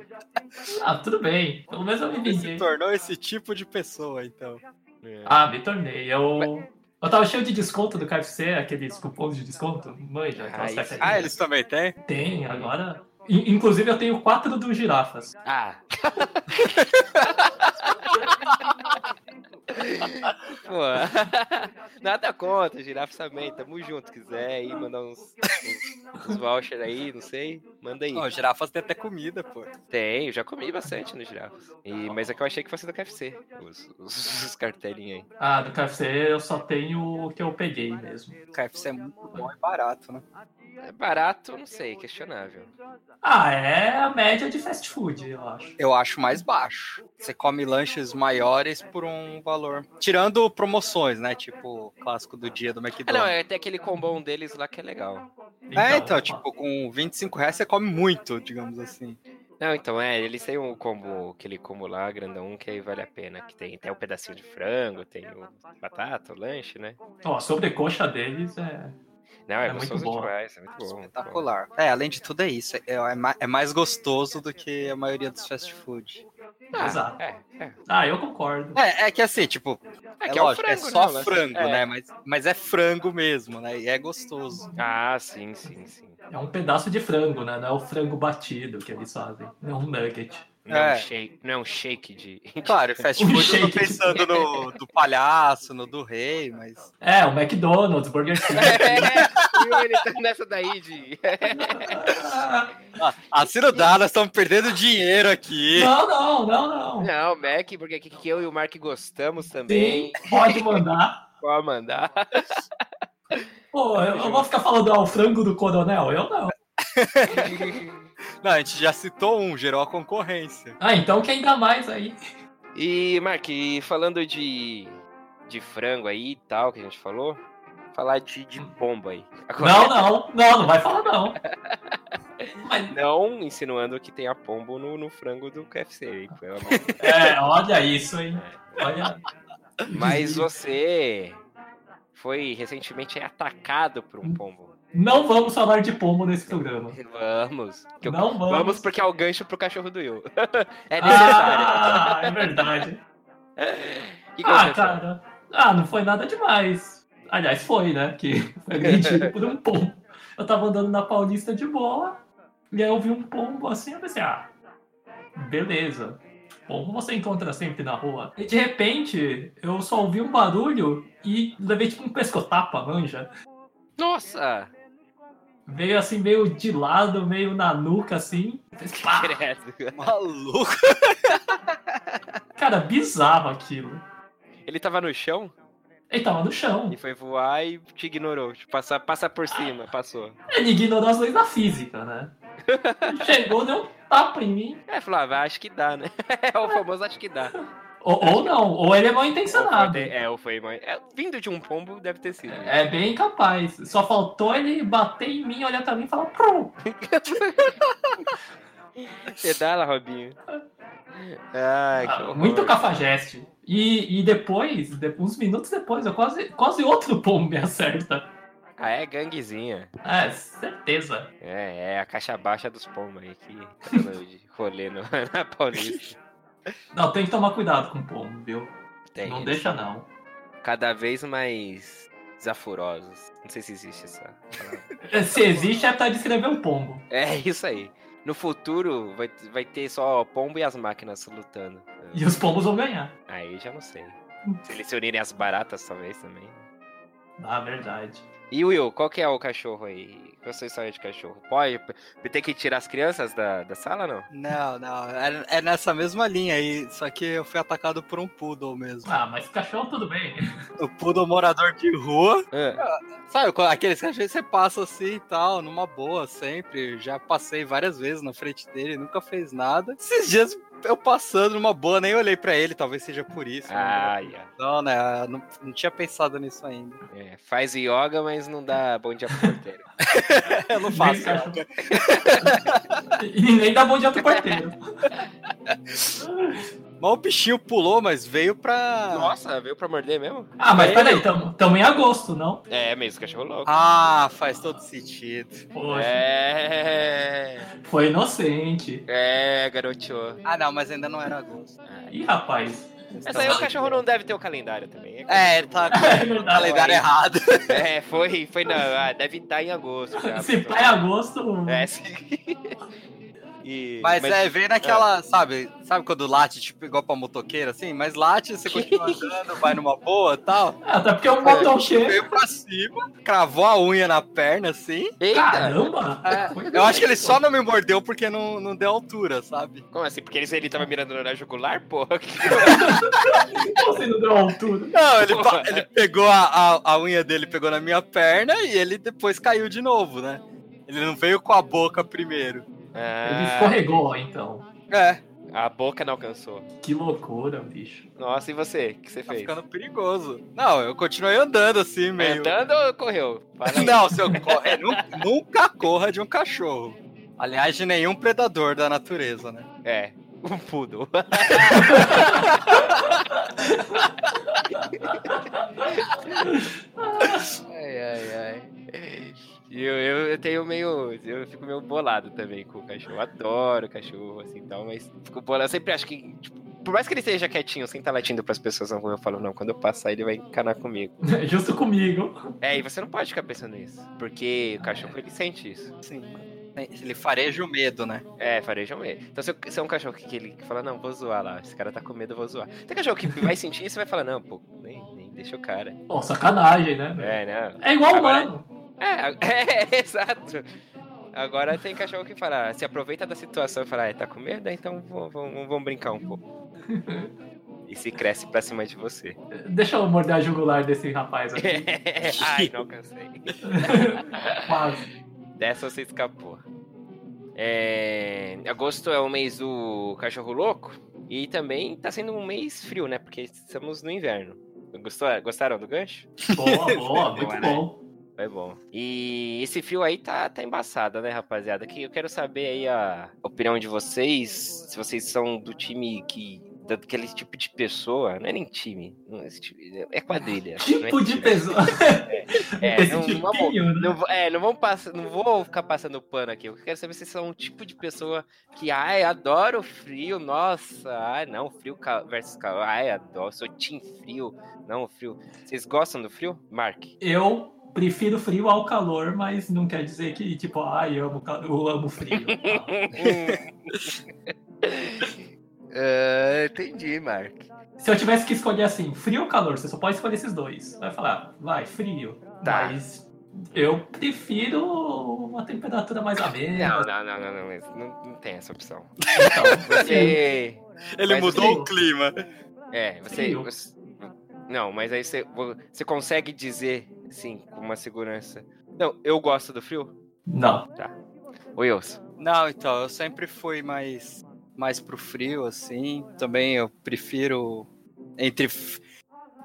Speaker 3: Ah, tudo bem. Pelo menos eu me
Speaker 2: Você se
Speaker 3: vinguei.
Speaker 2: tornou esse tipo de pessoa, então.
Speaker 1: É.
Speaker 3: Ah, me tornei. Eu, eu tava cheio de desconto do KFC, aqueles cupons de desconto. Manja, aquelas
Speaker 1: Ah, isso-
Speaker 3: carteirinhas.
Speaker 2: Ah, eles também têm?
Speaker 3: Tem, agora. I- Inclusive, eu tenho quatro do girafas.
Speaker 1: Ah. Pô, nada contra, girafas também, tamo junto. Quiser aí mandar uns, uns, uns voucher aí, não sei, manda aí.
Speaker 2: Não, girafas têm até comida, pô.
Speaker 1: Tem, eu já comi bastante no girafas. E, mas é que eu achei que fosse do KFC, os, os, os cartelinhos aí.
Speaker 3: Ah, do KFC eu só tenho o que eu peguei mesmo.
Speaker 2: é O KFC é muito bom e barato, né?
Speaker 1: É barato, não sei, questionável.
Speaker 3: Ah, é a média de fast food, eu acho.
Speaker 2: Eu acho mais baixo. Você come lanches maiores por um valor. Tirando promoções, né? Tipo, clássico do dia do
Speaker 1: Ah, não,
Speaker 2: McDonald's.
Speaker 1: é até aquele combão deles lá que é legal.
Speaker 2: É, então, tipo, com 25 reais você come muito, digamos assim.
Speaker 1: Não, então, é, eles têm um combo, aquele combo lá, grandão, que aí vale a pena. Que tem até o pedacinho de frango, tem o batata, o lanche, né?
Speaker 3: Ó, a sobrecoxa deles é.
Speaker 1: Não, é,
Speaker 3: É muito
Speaker 1: gostoso
Speaker 3: bom.
Speaker 1: demais, é muito bom. muito bom.
Speaker 2: Espetacular. É, além de tudo é isso. É, é ma- é mais gostoso do que a maioria dos fast food.
Speaker 1: Ah,
Speaker 3: Exato.
Speaker 1: É, é.
Speaker 3: Ah, eu concordo.
Speaker 2: É, é que assim, tipo, é,
Speaker 1: É que é o
Speaker 2: lógico, é
Speaker 1: frango,
Speaker 2: só
Speaker 1: né, mas-
Speaker 2: frango,
Speaker 1: é.
Speaker 2: né? Mas, mas é frango mesmo, né? E é gostoso.
Speaker 1: Ah, sim, sim, sim.
Speaker 3: É um pedaço de frango, né? Não é o frango batido que eles fazem. É um nugget.
Speaker 1: Não é
Speaker 2: É.
Speaker 1: um shake, não é um shake de.
Speaker 2: Claro, e fast
Speaker 3: Um
Speaker 2: food eu tô
Speaker 3: shake.
Speaker 2: pensando no do palhaço, no do rei, mas.
Speaker 3: É, o McDonald's, Burger King.
Speaker 1: É, viu? ele tá nessa daí de.
Speaker 2: Ah, assim não dá, nós estamos perdendo dinheiro aqui.
Speaker 3: não, Ah, não, não, não.
Speaker 1: Não, Mac, porque aqui que eu e o Mark gostamos também.
Speaker 3: Sim, pode mandar.
Speaker 1: Pode mandar.
Speaker 3: Pô, eu, eu vou ficar falando, ah, o frango do coronel? Eu não.
Speaker 2: Não, a gente já citou um, gerou a concorrência.
Speaker 3: Ah, então quem dá mais aí?
Speaker 1: E, Mark, e falando de, de frango aí e tal, que a gente falou, falar de, de pombo aí.
Speaker 3: Hum. Não,
Speaker 1: é?
Speaker 3: não, não, não vai falar não. Mas,
Speaker 1: Não insinuando que tem a pombo no, no frango do KFC, hein, pelo amor de Deus.
Speaker 3: é, olha isso, hein? Olha.
Speaker 1: Mas você foi recentemente atacado por um pombo.
Speaker 3: Não vamos falar de pombo nesse programa.
Speaker 1: Vamos. Que eu-
Speaker 3: Não vamos.
Speaker 1: vamos. porque é o gancho pro cachorro do Will. é necessário.
Speaker 3: Ah, é verdade.
Speaker 1: O que é que
Speaker 3: Ah,
Speaker 1: aconteceu?
Speaker 3: cara. Ah, não foi nada demais. Aliás, foi, né? Que foi agredido por um pombo. Eu tava andando na Paulista de boa, e aí eu vi um pombo assim, eu pensei, ah, beleza. Pombo você encontra sempre na rua. E de repente, eu só ouvi um barulho e levei tipo um pescotapa, manja.
Speaker 1: Nossa!
Speaker 3: Veio assim, meio de lado, meio na nuca, assim. Fez pá!
Speaker 1: Credo.
Speaker 2: Maluco.
Speaker 3: Cara, bizarro aquilo.
Speaker 1: Ele tava no chão
Speaker 3: Ele tava no chão.
Speaker 1: e foi voar e te ignorou. Tipo, Passa, passa por cima, passou.
Speaker 3: Ele ignorou as leis da física, né? Chegou, deu um tapa em mim.
Speaker 1: É, Flávio, acho que dá, né? É o famoso acho que dá.
Speaker 3: Ou, ou não, ou ele é mal
Speaker 1: Ou foi
Speaker 3: intencionado.
Speaker 1: de- é, ou foi mãe. É, vindo de um pombo, deve ter sido.
Speaker 3: É bem capaz. Só faltou ele bater em mim, olhar pra mim e falar prum.
Speaker 1: Você dá lá, Robinho. Ai, É, que
Speaker 3: Ah,
Speaker 1: horror.
Speaker 3: Muito cafajeste. E, e depois, de- uns minutos depois, eu quase, quase outro pombo me acerta.
Speaker 1: Ah, é ganguezinha.
Speaker 3: É, certeza.
Speaker 1: É, é a caixa baixa dos pombos aí que tá dando de rolê no, na Paulista.
Speaker 3: Não, tem que tomar cuidado com o pombo, viu?
Speaker 1: Tem,
Speaker 3: não
Speaker 1: eles
Speaker 3: deixa
Speaker 1: são
Speaker 3: não.
Speaker 1: Cada vez mais desafurosos. Não sei se existe essa palavra.
Speaker 3: Se existe é pra descrever um pombo.
Speaker 1: É isso aí. No futuro vai, vai ter só pombo e as máquinas lutando.
Speaker 3: E os pombos vão ganhar.
Speaker 1: Aí já não sei. Se eles se unirem às baratas, talvez também.
Speaker 3: Na verdade.
Speaker 1: E Will, qual que é o cachorro aí? Qual é a sua história de cachorro? Pode? Tem que tirar as crianças da, da sala, não?
Speaker 2: Não, não. É, é nessa mesma linha aí. Só que eu fui atacado por um poodle mesmo.
Speaker 3: Ah, mas cachorro tudo bem.
Speaker 2: O poodle morador de rua.
Speaker 1: Ah,
Speaker 2: Sabe, com aqueles cachorros que você passa assim e tal, numa boa, sempre. Já passei várias vezes na frente dele, nunca fez nada. Esses dias eu passando numa boa, nem olhei pra ele, talvez seja por isso. né?
Speaker 1: ah, yeah.
Speaker 2: Não, né? Não, não tinha pensado nisso ainda.
Speaker 1: É, faz yoga, mas não dá bom dia pro porteiro.
Speaker 2: Eu não faço.
Speaker 3: Nem cachorro. é. E nem dá bom dia pro porteiro.
Speaker 2: Mas o bichinho pulou, mas veio pra.
Speaker 1: Ah. Nossa, veio pra morder mesmo?
Speaker 3: Ah,
Speaker 2: É.
Speaker 3: mas peraí, tamo, tamo em agosto, não?
Speaker 1: É mesmo, cachorro louco.
Speaker 2: Ah, faz todo sentido.
Speaker 3: Poxa,
Speaker 1: É,
Speaker 3: foi inocente.
Speaker 1: é, garotinho.
Speaker 2: Ah, não, mas ainda não era agosto.
Speaker 3: Ih, rapaz.
Speaker 1: Essa aí é o cachorro não deve ter o calendário também.
Speaker 2: É, ele tá com
Speaker 3: É
Speaker 2: o calendário
Speaker 1: aí.
Speaker 2: errado.
Speaker 1: É, foi, foi na, ah, deve estar em agosto.
Speaker 2: É.
Speaker 1: Já,
Speaker 3: Se pá em agosto. hum.
Speaker 1: É, sim. E-
Speaker 2: Mas, é, veio naquela, sabe? Sabe quando late, tipo, igual pra motoqueira, assim? Mas late, você continua andando, vai numa boa e tal.
Speaker 3: É, Até porque o
Speaker 2: É.
Speaker 3: botão chega.
Speaker 2: Veio pra cima, cravou a unha na perna, assim.
Speaker 1: Eita!
Speaker 3: Caramba!
Speaker 2: É. Eu acho que ele só não me mordeu porque não, não deu altura, sabe?
Speaker 1: Como assim? Porque ele, ele tava mirando na jugular, porra?
Speaker 3: Você não deu altura.
Speaker 2: Não, ele, pa- ele pegou a, a, a unha dele, pegou na minha perna e ele depois caiu de novo, né? Ele não veio com a boca primeiro.
Speaker 3: Ele
Speaker 1: Ah,
Speaker 3: escorregou, então.
Speaker 2: É,
Speaker 1: a boca não alcançou.
Speaker 3: Que loucura, bicho.
Speaker 1: Nossa, e você? O que você
Speaker 2: tá
Speaker 1: fez?
Speaker 2: ficando perigoso. Não, eu continuei andando assim, meio.
Speaker 1: Andando ou correu? Fala aí.
Speaker 2: Não, seu corre, nu- nunca corra de um cachorro. Aliás, de nenhum predador da natureza, né?
Speaker 1: É, um poodle. ai, ai, ai. E Eu, eu, eu tenho meio. Eu fico meio bolado também com o cachorro. Eu adoro cachorro, assim e tal, mas fico bolado. Eu sempre acho que. tipo, por mais que ele esteja quietinho, sem estar latindo pras pessoas na rua, eu falo, não, quando eu passar ele vai encanar comigo.
Speaker 3: Justo comigo.
Speaker 1: É, e você não pode ficar pensando nisso. Porque o cachorro ele sente isso.
Speaker 2: Sim. Ele fareja o medo, né?
Speaker 1: É, fareja o medo. Então, se, eu- se é um cachorro que, que ele fala, não, vou zoar lá, esse cara tá com medo, eu vou zoar. Tem cachorro que vai sentir isso e vai falar, não, pô, nem, nem deixa o cara.
Speaker 3: Bom, sacanagem, né? velho?
Speaker 1: É, não.
Speaker 3: É igual
Speaker 1: Agora-
Speaker 3: humano.
Speaker 1: É, a- é, exato. Agora tem cachorro que fala, se aproveita da situação e fala, ah, tá com medo? Então vamos, vamos, vamos brincar um pouco. E se cresce pra cima de você.
Speaker 3: Deixa eu morder a jugular desse rapaz aqui.
Speaker 1: Ai, não cansei.
Speaker 3: Quase.
Speaker 1: Dessa você escapou. É... Agosto é o mês do cachorro louco e também tá sendo um mês frio, né? Porque estamos no inverno. Gostou, gostaram do gancho?
Speaker 3: Boa, boa,
Speaker 2: é,
Speaker 1: Boa,
Speaker 3: muito
Speaker 1: né?
Speaker 3: bom.
Speaker 1: Foi bom. E esse frio aí tá, tá embaçado, né, rapaziada? Que eu quero saber aí a opinião de vocês. Se vocês são do time que. Daquele tipo de pessoa, não é nem time, não é, esse time, é quadrilha. não é
Speaker 3: Tipo de
Speaker 1: time.
Speaker 3: pessoa.
Speaker 1: É,
Speaker 3: Esse
Speaker 1: não, não vamos-
Speaker 3: tipinho, né?
Speaker 1: Não, vou- é, não vamos passar, não vou ficar passando pano aqui. Eu quero saber se são um tipo de pessoa que, ai, adoro o frio, nossa, ai, não, frio ca- versus calor, ai, adoro, sou team frio, não, frio. Vocês gostam do frio? Mark.
Speaker 3: Eu prefiro frio ao calor, mas não quer dizer que, tipo, ai, eu amo, cal- eu amo frio.
Speaker 1: Ah, entendi, Mark.
Speaker 3: Se eu tivesse que escolher assim, frio ou calor, você só pode escolher esses dois. Vai falar, vai, frio.
Speaker 1: Tá.
Speaker 3: Mas eu prefiro uma temperatura mais amena. Então,
Speaker 1: Não, não, não, não, não, mas não, não tem essa opção. Você.
Speaker 2: Ele
Speaker 1: Mas
Speaker 2: mudou
Speaker 3: sim.
Speaker 2: o clima.
Speaker 1: É, você.
Speaker 3: Frio.
Speaker 1: você- não, mas aí você, você consegue dizer, sim, com uma segurança. Não, eu gosto do frio.
Speaker 3: Não.
Speaker 1: Oi, Wilson.
Speaker 2: Não, então, eu sempre fui mais, mais pro frio, assim. Também eu prefiro entre. f-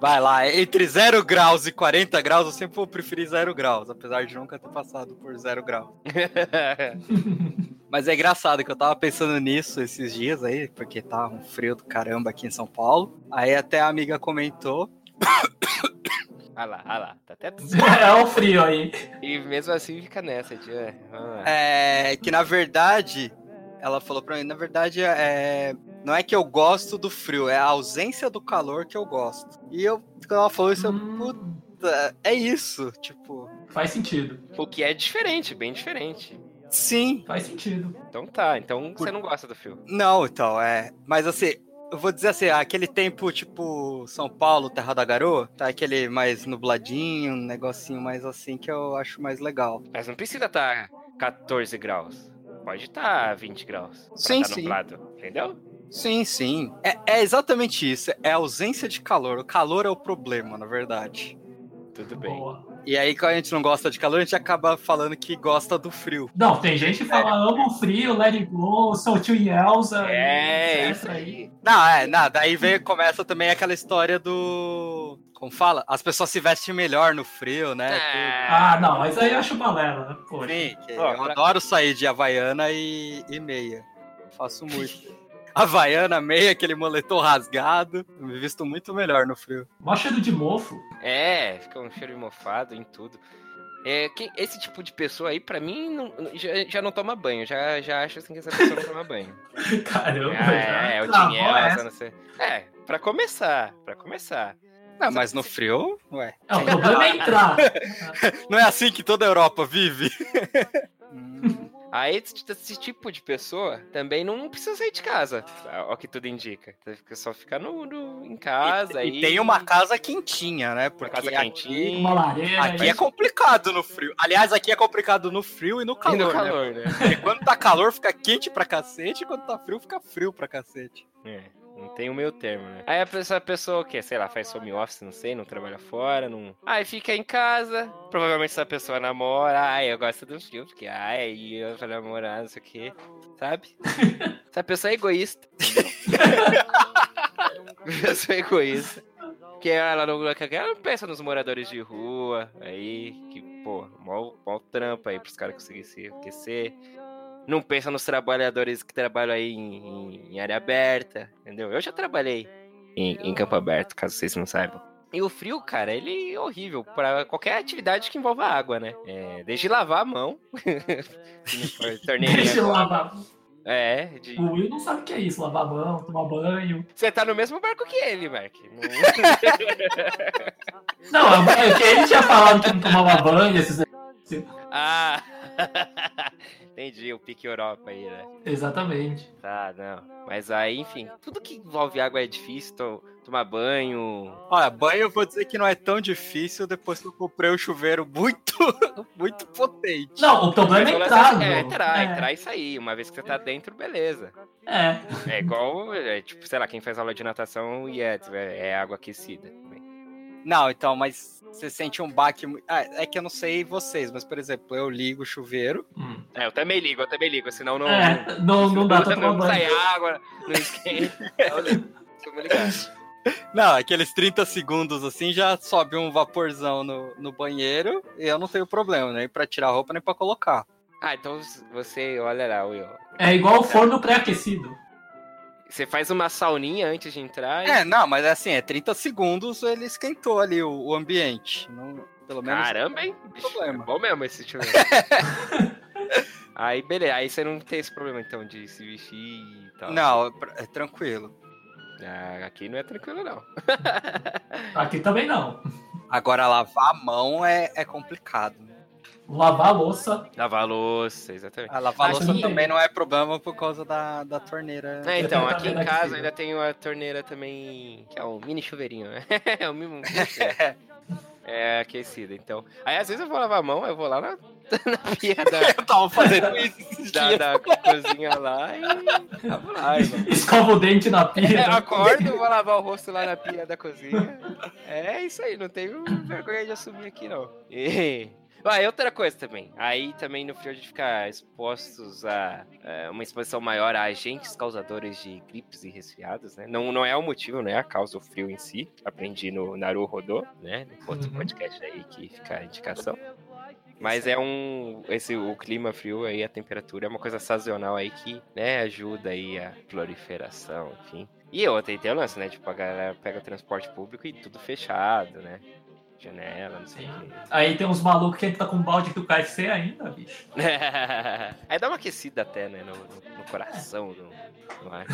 Speaker 2: Vai lá, entre 0 graus e 40 graus, eu sempre vou preferir 0 graus, apesar de nunca ter passado por 0 graus. Mas é engraçado que eu tava pensando nisso esses dias aí, porque tá um frio do caramba aqui em São Paulo. Aí até a amiga comentou.
Speaker 1: Ah lá, ah lá, tá até.
Speaker 3: é o frio aí.
Speaker 1: E mesmo assim fica nessa, tia. Ah,
Speaker 2: é, que na verdade, ela falou pra mim, na verdade, é, não é que eu gosto do frio, é a ausência do calor que eu gosto. E eu, quando ela falou isso, eu,
Speaker 3: Hum,
Speaker 2: puta, é isso, tipo,
Speaker 3: faz sentido.
Speaker 1: O que é diferente, bem diferente.
Speaker 2: sim,
Speaker 3: Faz sentido.
Speaker 1: Então tá, então
Speaker 2: Por-
Speaker 1: você não gosta do frio.
Speaker 2: não, então, é, mas assim, eu vou dizer assim, aquele tempo, tipo, São Paulo, Terra da Garoa, tá aquele mais nubladinho, um negocinho mais assim, que eu acho mais legal.
Speaker 1: Mas não precisa estar 14 graus. Pode estar 20 graus. pra
Speaker 2: Sim,
Speaker 1: tá
Speaker 2: sim.
Speaker 1: nublado, entendeu?
Speaker 2: Sim, sim, é, é exatamente isso, é a ausência de calor, o calor é o problema, na verdade.
Speaker 1: Tudo bem.
Speaker 3: Boa.
Speaker 2: E aí, quando a gente não gosta de calor, a gente acaba falando que gosta do frio.
Speaker 3: Não, tem gente que fala, amo o frio, let it go, sou tio Elza.
Speaker 1: É,
Speaker 3: etc.
Speaker 1: isso aí.
Speaker 2: Não, é, nada. Aí vem, começa também aquela história do. Como fala? As pessoas se vestem melhor no frio,
Speaker 1: é
Speaker 2: né?
Speaker 3: Ah, não, mas aí eu acho balela, né?
Speaker 2: Tudo.
Speaker 3: Poxa.
Speaker 2: Sim, que
Speaker 1: Ó,
Speaker 2: eu
Speaker 1: pra-
Speaker 2: adoro sair de Havaiana e, e meia. Faço muito. Havaiana, meia, aquele moletom rasgado. Eu me visto muito melhor no frio.
Speaker 3: Mó cheiro de mofo.
Speaker 1: É, fica um cheiro de mofado em tudo. É, quem- esse tipo de pessoa aí, pra mim, não- já, já não toma banho. Já, já acho assim que essa pessoa não toma banho.
Speaker 3: Caramba, já.
Speaker 1: Ah, é, é, o
Speaker 3: Travou
Speaker 1: dinheiro.
Speaker 3: essa.
Speaker 1: essa, não sei. É, pra começar, pra começar.
Speaker 2: Não, mas no frio, ué.
Speaker 3: É, o problema é entrar.
Speaker 2: Não é assim que toda a Europa vive.
Speaker 1: Aí esse, esse tipo de pessoa também não precisa sair de casa. tá? Ó que tudo indica. Você fica- Só ficar no, no- em casa
Speaker 2: e,
Speaker 1: aí.
Speaker 2: e tem uma casa quentinha, né?
Speaker 1: uma
Speaker 2: Porque
Speaker 1: casa
Speaker 2: aqui-
Speaker 1: quentinha.
Speaker 3: Uma lareira.
Speaker 2: Aqui é
Speaker 3: isso.
Speaker 2: complicado no frio. Aliás, aqui é complicado no frio e no
Speaker 1: E
Speaker 2: calor.
Speaker 1: no
Speaker 2: Né?
Speaker 1: calor, né?
Speaker 2: Porque quando tá calor, fica quente pra cacete, e quando tá frio, fica frio pra cacete.
Speaker 1: É, Não tem o meio termo, né? Aí a pessoa, a pessoa que, sei lá, faz home office, não sei, não trabalha fora, não. Aí fica em casa. Provavelmente essa pessoa namora. Ai, eu gosto do filme, porque ai, eu vou namorar, não sei o quê. Sabe? essa pessoa é egoísta. essa pessoa é egoísta. Porque ela não, ela não pensa nos moradores de rua, aí, que, pô, mó, mó trampa aí pros caras conseguirem se aquecer. Não pensa nos trabalhadores que trabalham aí em, em área aberta, entendeu? Eu já trabalhei em, em campo aberto, caso vocês não saibam. E o frio, cara, ele é horrível para qualquer atividade que envolva água, né? É, desde lavar a mão. se não for torneirinha
Speaker 3: Deixa eu
Speaker 1: com-
Speaker 3: lavar.
Speaker 1: É, de...
Speaker 3: O Will não sabe o que é isso, lavar mão, tomar banho.
Speaker 1: Você tá no mesmo barco que ele, Mark. Hum. Não-
Speaker 3: Não, é que ele tinha falado que não tomava banho, esses...
Speaker 1: Ah! Entendi, o pique Europa aí, né?
Speaker 3: Exatamente.
Speaker 1: Tá, não. Mas aí, enfim, tudo que envolve água é difícil, to- tomar banho.
Speaker 2: Olha, banho eu vou dizer que não é tão difícil depois que eu comprei um chuveiro muito, muito potente.
Speaker 3: Não, o problema é
Speaker 1: Mas,
Speaker 3: entrar,
Speaker 1: assim, é,
Speaker 3: Bruno.
Speaker 1: entrar,
Speaker 3: É.
Speaker 1: entrar e sair. Uma vez que você tá dentro, beleza.
Speaker 3: É,
Speaker 1: É igual, é, tipo, sei lá, quem faz aula de natação e é, é água aquecida. também.
Speaker 2: Não, então, mas você sente um baque. mu- Ah, é que eu não sei vocês, mas por exemplo, eu ligo o chuveiro.
Speaker 3: Hum.
Speaker 1: É, eu também ligo, eu também ligo, senão não.
Speaker 3: é não, não dá pra tomar
Speaker 1: não sai
Speaker 3: banho.
Speaker 1: água, não esquenta. Então, Eu ligo. Eu vou ligar.
Speaker 2: Não, aqueles 30 segundos assim já sobe um vaporzão no, no banheiro e eu não tenho problema, nem pra tirar a roupa nem pra colocar.
Speaker 1: Ah, então você, olha lá, Will.
Speaker 3: É igual o forno pré-aquecido.
Speaker 1: Você faz uma sauninha antes de entrar e
Speaker 2: É, não, mas é assim, é 30 segundos ele esquentou ali o, o ambiente. Não, pelo menos.
Speaker 1: Caramba, hein?
Speaker 2: Não tem problema.
Speaker 1: É bom mesmo esse time. aí, beleza. Aí você não tem esse problema, então, de se vestir e tal.
Speaker 2: Não, é pra- é tranquilo.
Speaker 1: Ah, aqui não é tranquilo, não.
Speaker 3: Aqui também não.
Speaker 2: Agora lavar a mão é, é complicado.
Speaker 3: Lavar a louça.
Speaker 1: Lavar a louça, exatamente.
Speaker 2: A Ah, lavar a
Speaker 3: Aqui-
Speaker 2: louça também não é problema por causa da, da torneira.
Speaker 1: É, então,
Speaker 3: Eu
Speaker 1: aqui em
Speaker 3: também não
Speaker 1: casa
Speaker 3: consigo.
Speaker 1: ainda tem uma torneira também, que é um mini chuveirinho, né? É um mini chuveirinho. É aquecida, então. Aí às vezes eu vou lavar a mão, eu vou lá na, na pia da,
Speaker 2: Eu tava fazendo isso esses
Speaker 1: da,
Speaker 2: dias.
Speaker 1: da cozinha lá e lavo lá, irmão.
Speaker 3: Escova o dente na
Speaker 1: É,
Speaker 3: pia. né?
Speaker 1: eu acordo, vou lavar o rosto lá na pia da cozinha. É isso aí, não tenho vergonha de assumir aqui, não. E... Ah, e outra coisa também. Aí também no frio de ficar expostos a, é, uma exposição maior a agentes causadores de gripes e resfriados, né? Não, não é o motivo, não é a causa do frio em si. Aprendi no Naru Rodô, né? No outro
Speaker 3: Uhum.
Speaker 1: podcast aí que fica a indicação. Mas é um. Esse, o clima frio aí, a temperatura, é uma coisa sazonal aí que, né, ajuda aí a proliferação, enfim. E outra, e tem o lance, né? Tipo, a galera pega transporte público e tudo fechado, né? Janela, não sei o quê.
Speaker 3: Aí tem uns malucos que entram com um balde do KFC ainda, bicho.
Speaker 1: aí dá uma aquecida até, né? No, no- no coração, no, no ar.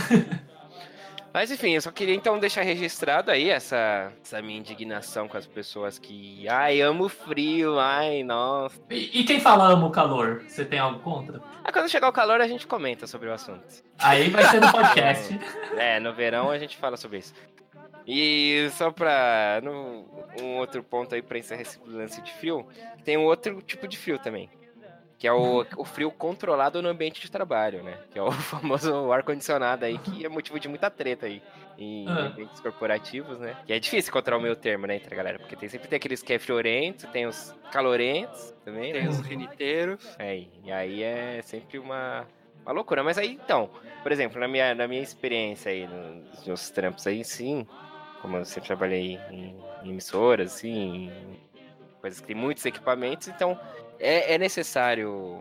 Speaker 1: Mas enfim, eu só queria então deixar registrado aí essa, essa minha indignação com as pessoas que. Ai, amo frio, ai, nossa.
Speaker 3: E, e quem fala ama o calor? Você tem algo contra?
Speaker 1: Aí quando chegar o calor a gente comenta sobre o assunto.
Speaker 3: Aí vai ser no podcast.
Speaker 1: É, no verão a gente fala sobre isso. E só pra. no- um outro ponto aí pra encerrar esse lance de frio, tem um outro tipo de frio também. Que é o, o frio controlado no ambiente de trabalho, né? Que é o famoso ar-condicionado aí, que é motivo de muita treta aí em
Speaker 3: Ah.
Speaker 1: ambientes corporativos, né? E é difícil encontrar o meio termo, né, entre a galera? Porque tem, sempre tem aqueles que é friorentos, tem os calorentos também. né?
Speaker 2: Tem os riniteiros.
Speaker 1: É, e aí é sempre uma, uma loucura. Mas aí, então, por exemplo, na minha, na minha experiência aí, no- nos meus trampos aí, sim, como eu sempre trabalhei em, em emissoras, assim, em coisas que tem muitos equipamentos, então é, é necessário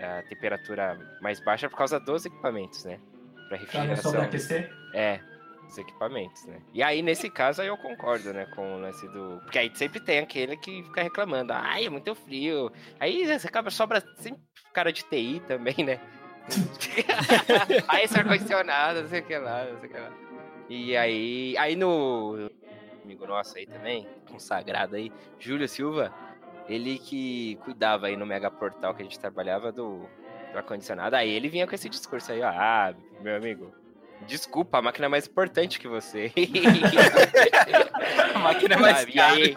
Speaker 1: a temperatura mais baixa por causa dos equipamentos, né? Para
Speaker 3: Pra não
Speaker 1: refrigeração.
Speaker 3: sobreaquecer.
Speaker 1: É, os equipamentos, né? E aí, nesse caso, aí eu concordo, né, com o lance do... Porque aí sempre tem aquele que fica reclamando, ai, é muito frio. Aí né, você acaba, sobra sempre cara de TI também, né? aí esse ar-condicionado, não sei o que lá, não sei o que lá. E aí, aí no... Amigo nosso aí também, consagrado aí, Júlio Silva, ele que cuidava aí no mega portal que a gente trabalhava do, do ar-condicionado, aí ele vinha com esse discurso aí, ó, ah, meu amigo, desculpa, a máquina é mais importante que você.
Speaker 2: A máquina é mais
Speaker 1: Sabe? E
Speaker 2: cara.
Speaker 1: aí,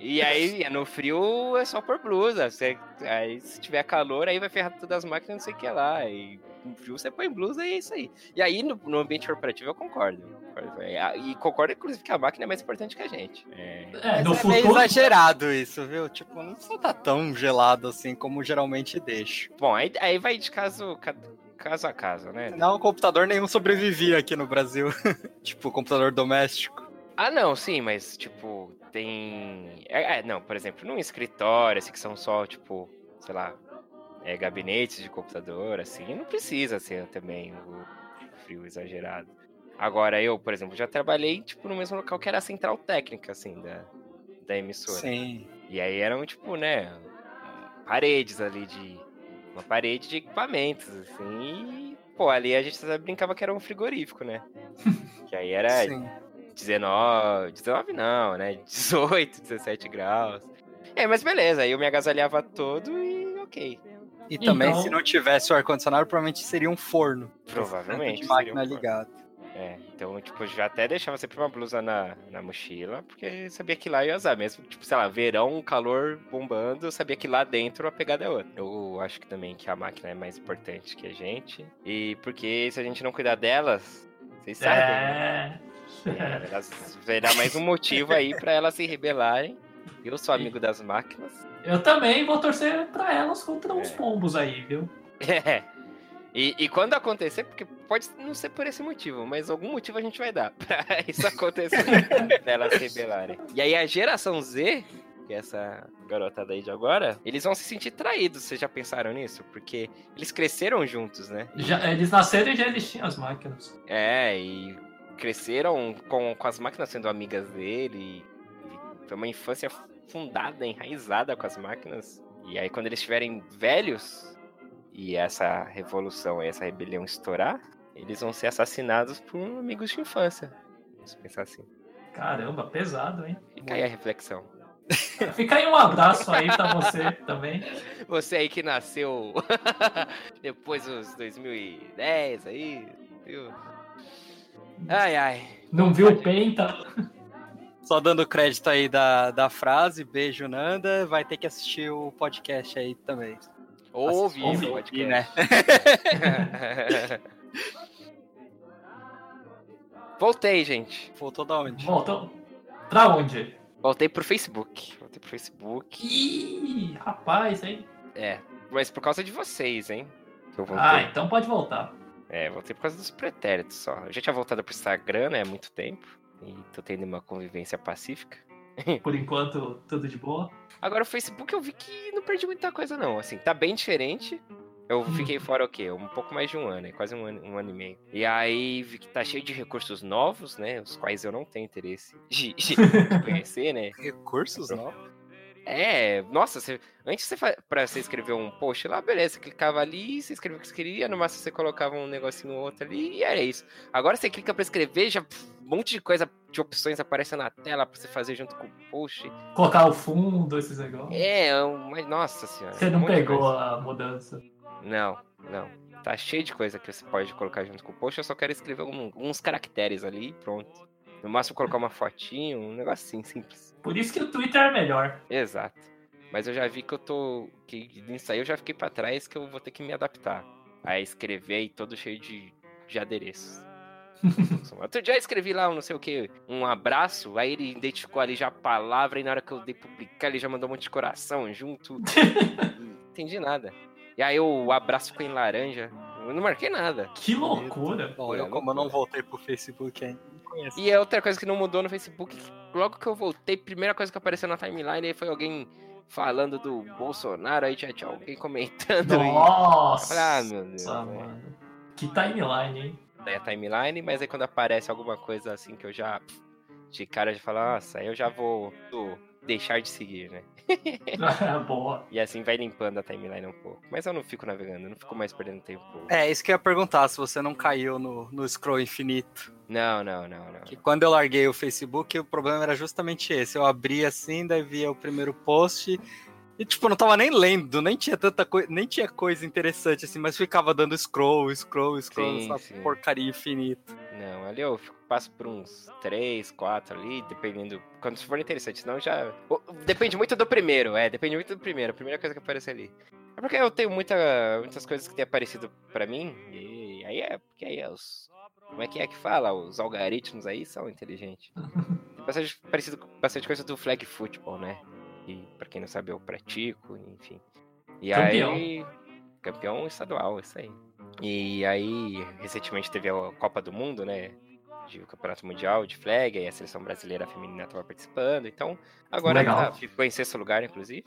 Speaker 1: e aí, no frio é só por blusa. Você, aí, se tiver calor, aí vai ferrar todas as máquinas, não sei o que lá. E no frio você põe blusa e é isso aí. E aí, no, no ambiente corporativo, eu concordo. concordo. É, E concordo, inclusive, que a máquina é mais importante que a gente. É,
Speaker 3: É, no
Speaker 2: Mas é meio
Speaker 3: futuro.
Speaker 2: exagerado isso, viu? Tipo, não só tá tão gelado assim como geralmente deixo.
Speaker 1: Bom, aí, aí vai de caso, ca- caso a caso, né?
Speaker 2: Não, computador nenhum sobrevivia aqui no Brasil. tipo, computador doméstico.
Speaker 1: Ah, não, sim, mas, tipo, tem. É, é, não, por exemplo, num escritório, assim, que são só, tipo, sei lá, é, gabinetes de computador, assim, não precisa ser também o frio exagerado. Agora, eu, por exemplo, já trabalhei, tipo, no mesmo local que era a central técnica, assim, da, da emissora.
Speaker 2: Sim.
Speaker 1: E aí eram, tipo, né, paredes ali de. Uma parede de equipamentos, assim. E, pô, ali a gente até brincava que era um frigorífico, né? que aí era
Speaker 2: sim.
Speaker 1: 19, 19 não, né? 18, 17 graus. É, mas beleza, aí eu me agasalhava todo e ok.
Speaker 2: E também,
Speaker 3: Então-
Speaker 2: se não tivesse o ar-condicionado, provavelmente seria um forno.
Speaker 1: Provavelmente,
Speaker 2: De
Speaker 1: seria um
Speaker 2: máquina
Speaker 1: forno.
Speaker 2: ligada.
Speaker 1: É, então, tipo, já até deixava sempre uma blusa na, na mochila, porque eu sabia que lá eu ia usar. Mesmo, tipo, sei lá, verão, calor bombando, eu sabia que lá dentro a pegada é outra. Eu acho que também que a máquina é mais importante que a gente. E porque se a gente não cuidar delas, vocês sabem, né?
Speaker 3: É.
Speaker 1: É, elas vai dar mais um motivo aí pra elas se rebelarem. Eu sou amigo das máquinas.
Speaker 3: Eu também vou torcer pra elas contra uns
Speaker 1: É.
Speaker 3: pombos aí, viu?
Speaker 1: É. E, e quando acontecer, porque pode não ser por esse motivo, mas algum motivo a gente vai dar pra isso acontecer, pra elas se rebelarem. E aí a geração Z, que é essa garotada aí de agora, eles vão se sentir traídos, vocês já pensaram nisso? Porque eles cresceram juntos, né?
Speaker 3: Já, eles nasceram e já existiam as máquinas.
Speaker 1: É, e cresceram com, com as máquinas sendo amigas dele. E foi uma infância fundada, enraizada com as máquinas. E aí, quando eles estiverem velhos e essa revolução, essa rebelião estourar, eles vão ser assassinados por amigos de infância. Se pensar assim.
Speaker 3: Caramba, pesado, hein?
Speaker 1: Fica aí a reflexão.
Speaker 3: Fica aí um abraço aí pra você também.
Speaker 1: Você aí que nasceu depois dos 2010 aí, viu? Ai, ai.
Speaker 3: Não viu o Penta?
Speaker 2: Só dando crédito aí da, da frase, beijo, Nanda. Vai ter que assistir o podcast aí também.
Speaker 1: Ouve,
Speaker 3: Ouve,
Speaker 1: o podcast.
Speaker 2: né?
Speaker 1: Voltei, gente.
Speaker 2: Voltou da onde?
Speaker 3: Voltou. Pra onde?
Speaker 1: Voltei pro Facebook. Voltei pro Facebook.
Speaker 3: Ih, rapaz, hein?
Speaker 1: É. Mas por causa de vocês, hein? Que eu voltei.
Speaker 3: Ah, então pode voltar.
Speaker 1: É, voltei por causa dos pretéritos só. Eu já tinha voltado pro Instagram, né? Há muito tempo. E tô tendo uma convivência pacífica.
Speaker 3: Por enquanto, tudo de boa.
Speaker 1: Agora o Facebook eu vi que não perdi muita coisa, não. Assim, tá bem diferente. Eu
Speaker 3: Hum.
Speaker 1: fiquei fora o quê? Um pouco mais de um ano, é quase um ano, um ano e meio. E aí vi que tá cheio de recursos novos, né? Os quais eu não tenho interesse de, de conhecer, né?
Speaker 2: Recursos, não?
Speaker 1: É, nossa, você, antes você fa- pra você escrever um post lá, beleza, você clicava ali, você escrevia o que você queria, no máximo você colocava um negocinho ou outro ali e era isso. Agora você clica pra escrever, já pff, um monte de coisa, de opções aparecendo na tela pra você fazer junto com o post.
Speaker 3: Colocar o fundo, esses negócios.
Speaker 1: É, é um- mas nossa senhora.
Speaker 3: Você
Speaker 1: um
Speaker 3: não
Speaker 1: monte de
Speaker 3: pegou
Speaker 1: coisa.
Speaker 3: a mudança.
Speaker 1: Não, não. Tá cheio de coisa que você pode colocar junto com o post, eu só quero escrever um- uns caracteres ali e pronto. No máximo colocar uma fotinho, um negocinho simples.
Speaker 3: Por isso que o Twitter é melhor.
Speaker 1: Exato. Mas eu já vi que eu tô. que nisso aí eu já fiquei pra trás que eu vou ter que me adaptar. A escrever e todo cheio de, de adereços. Outro dia eu escrevi lá um não sei o que, um abraço, aí ele identificou ali já a palavra, e na hora que eu dei publicar, ele já mandou um monte de coração junto. Não entendi nada. E aí o abraço ficou em laranja. Eu não marquei nada.
Speaker 3: Que loucura.
Speaker 2: Bom, eu como eu não voltei pro Facebook ainda, não conheço.
Speaker 1: E é outra coisa que não mudou no Facebook. que Logo que eu voltei, primeira coisa que apareceu na timeline aí foi alguém falando do Bolsonaro. Aí já tinha alguém comentando. e- Eu falei, ah,
Speaker 3: Nossa,
Speaker 1: meu Deus. né?
Speaker 3: mano. Que timeline, hein?
Speaker 1: Daí a timeline, mas aí quando aparece alguma coisa assim que eu já. De cara, eu já falo, nossa, aí eu já vou do- deixar de seguir, né?
Speaker 3: Boa.
Speaker 1: E assim vai limpando a timeline um pouco. Mas eu não fico navegando, eu não fico mais perdendo tempo.
Speaker 2: É, isso que eu ia perguntar, se você não caiu no, no scroll infinito.
Speaker 1: Não, não, não, não.
Speaker 2: Que quando eu larguei o Facebook, o problema era justamente esse. Eu abri assim, daí via o primeiro post. E, tipo, não tava nem lendo, nem tinha tanta coisa, nem tinha coisa interessante assim, mas ficava dando scroll, scroll, scroll,
Speaker 1: Sim,
Speaker 2: essa
Speaker 1: sim.
Speaker 2: porcaria infinita.
Speaker 1: Não, ali eu fico- passo por uns três, quatro ali, dependendo. Quando for interessante, senão já. o- Depende muito do primeiro, é, depende muito do primeiro, a primeira coisa que aparece ali. É porque eu tenho muita, muitas coisas que têm aparecido pra mim, e aí é porque aí é os Como é que é que fala? Os algoritmos aí são inteligentes. Tem bastante, parecido, com- bastante coisa do flag football, né? E pra quem não sabe, eu pratico, enfim. E aí. Campeão estadual, isso aí. E aí, recentemente teve a Copa do Mundo, né? De, o Campeonato Mundial de Flag, aí a seleção brasileira feminina estava participando. Então, agora
Speaker 3: Legal.
Speaker 1: tá- ficou em sexto lugar, inclusive.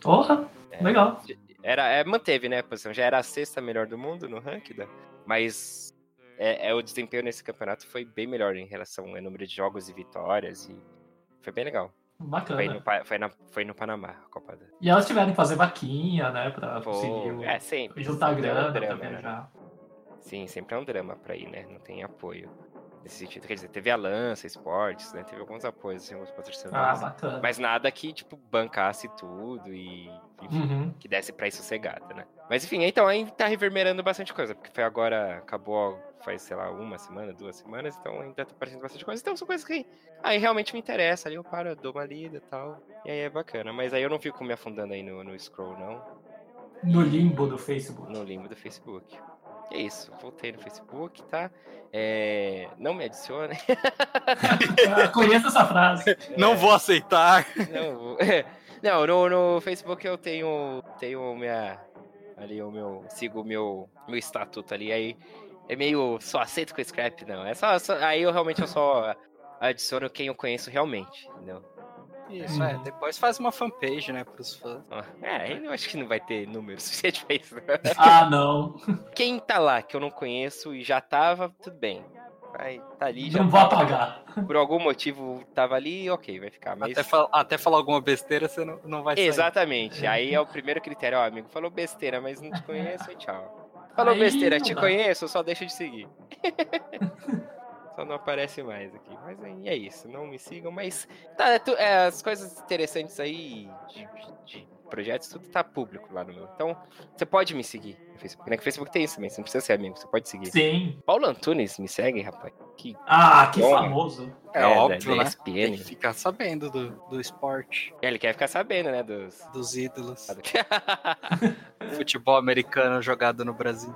Speaker 3: Porra,
Speaker 1: É,
Speaker 3: legal.
Speaker 1: Era, é, manteve, né, a posição. Já era a sexta melhor do mundo no ranking, da- mas é, é, o desempenho nesse campeonato foi bem melhor em relação ao número de jogos e vitórias. E foi bem legal. Foi no,
Speaker 3: Bacana.
Speaker 1: Pa- foi na- foi no Panamá a Copa da.
Speaker 3: E elas tiveram que fazer vaquinha, né? Pra conseguir
Speaker 1: Pô,
Speaker 3: o-
Speaker 1: é, sempre.
Speaker 3: juntar
Speaker 1: sempre é um
Speaker 3: grana pra
Speaker 1: drama, né?
Speaker 3: viajar.
Speaker 1: Sim, sempre é um drama pra ir, né? Não tem apoio. Nesse sentido, quer dizer, teve a Lança, Esportes, né? Teve alguns apoios, assim, alguns
Speaker 3: Ah,
Speaker 1: patrocinadores.
Speaker 3: bacana.
Speaker 1: mas nada que, tipo, bancasse tudo e, enfim,
Speaker 3: Uhum.
Speaker 1: que desse pra ir sossegada, né? Mas enfim, então aí tá reverberando bastante coisa, porque foi agora, acabou faz, sei lá, uma semana, duas semanas, então ainda tá aparecendo bastante coisa. Então são coisas que aí realmente me interessa, ali eu paro, eu dou uma lida e tal, e aí é bacana. Mas aí eu não fico me afundando aí no, no scroll, não,
Speaker 3: No limbo do Facebook.
Speaker 1: no limbo do Facebook. E é isso, voltei no Facebook, tá? É, Não me adicione. É.
Speaker 3: Ah, Conheço essa frase.
Speaker 2: Não vou aceitar.
Speaker 1: Não, vou- não no, no Facebook eu tenho, tenho minha, ali o meu, sigo o meu, meu estatuto ali, aí é meio, só aceito com scrap, não, é só, só- aí eu realmente eu só adiciono quem eu conheço realmente, entendeu?
Speaker 2: Isso, é. Depois faz uma fanpage, né, pros fãs.
Speaker 1: É, eu acho que não vai ter número suficiente pra isso, não.
Speaker 3: Ah, não.
Speaker 1: Quem tá lá que eu não conheço e já tava, tudo bem. Aí, tá ali, já
Speaker 3: Não vou apagar.
Speaker 1: por algum motivo tava ali, ok, vai ficar, mas...
Speaker 2: Até, fal- até falar alguma besteira, você não, não vai sair.
Speaker 1: Exatamente. Aí é o primeiro critério, ó, amigo. Falou besteira, mas não te conheço, e tchau. Falou
Speaker 3: Aí
Speaker 1: besteira,
Speaker 3: não
Speaker 1: te
Speaker 3: dá.
Speaker 1: conheço, só deixa de seguir. só não aparece mais aqui. Mas aí é isso, não me sigam, mas. Tá, é tu- é, as coisas interessantes aí de, de projetos, tudo tá público lá no meu. Então, você pode me seguir no Facebook. Né? Que o Facebook tem isso também, você não precisa ser amigo, você pode seguir.
Speaker 3: Sim.
Speaker 1: Paulo Antunes, me segue, rapaz. Que
Speaker 3: Ah, que
Speaker 1: Bom.
Speaker 3: famoso.
Speaker 2: É
Speaker 1: da-
Speaker 2: óbvio,
Speaker 1: da
Speaker 2: né? Tem
Speaker 1: ESPN.
Speaker 2: que ficar sabendo do, do esporte,
Speaker 1: Ele quer ficar sabendo, né? Dos.
Speaker 2: dos ídolos. Futebol americano jogado no Brasil.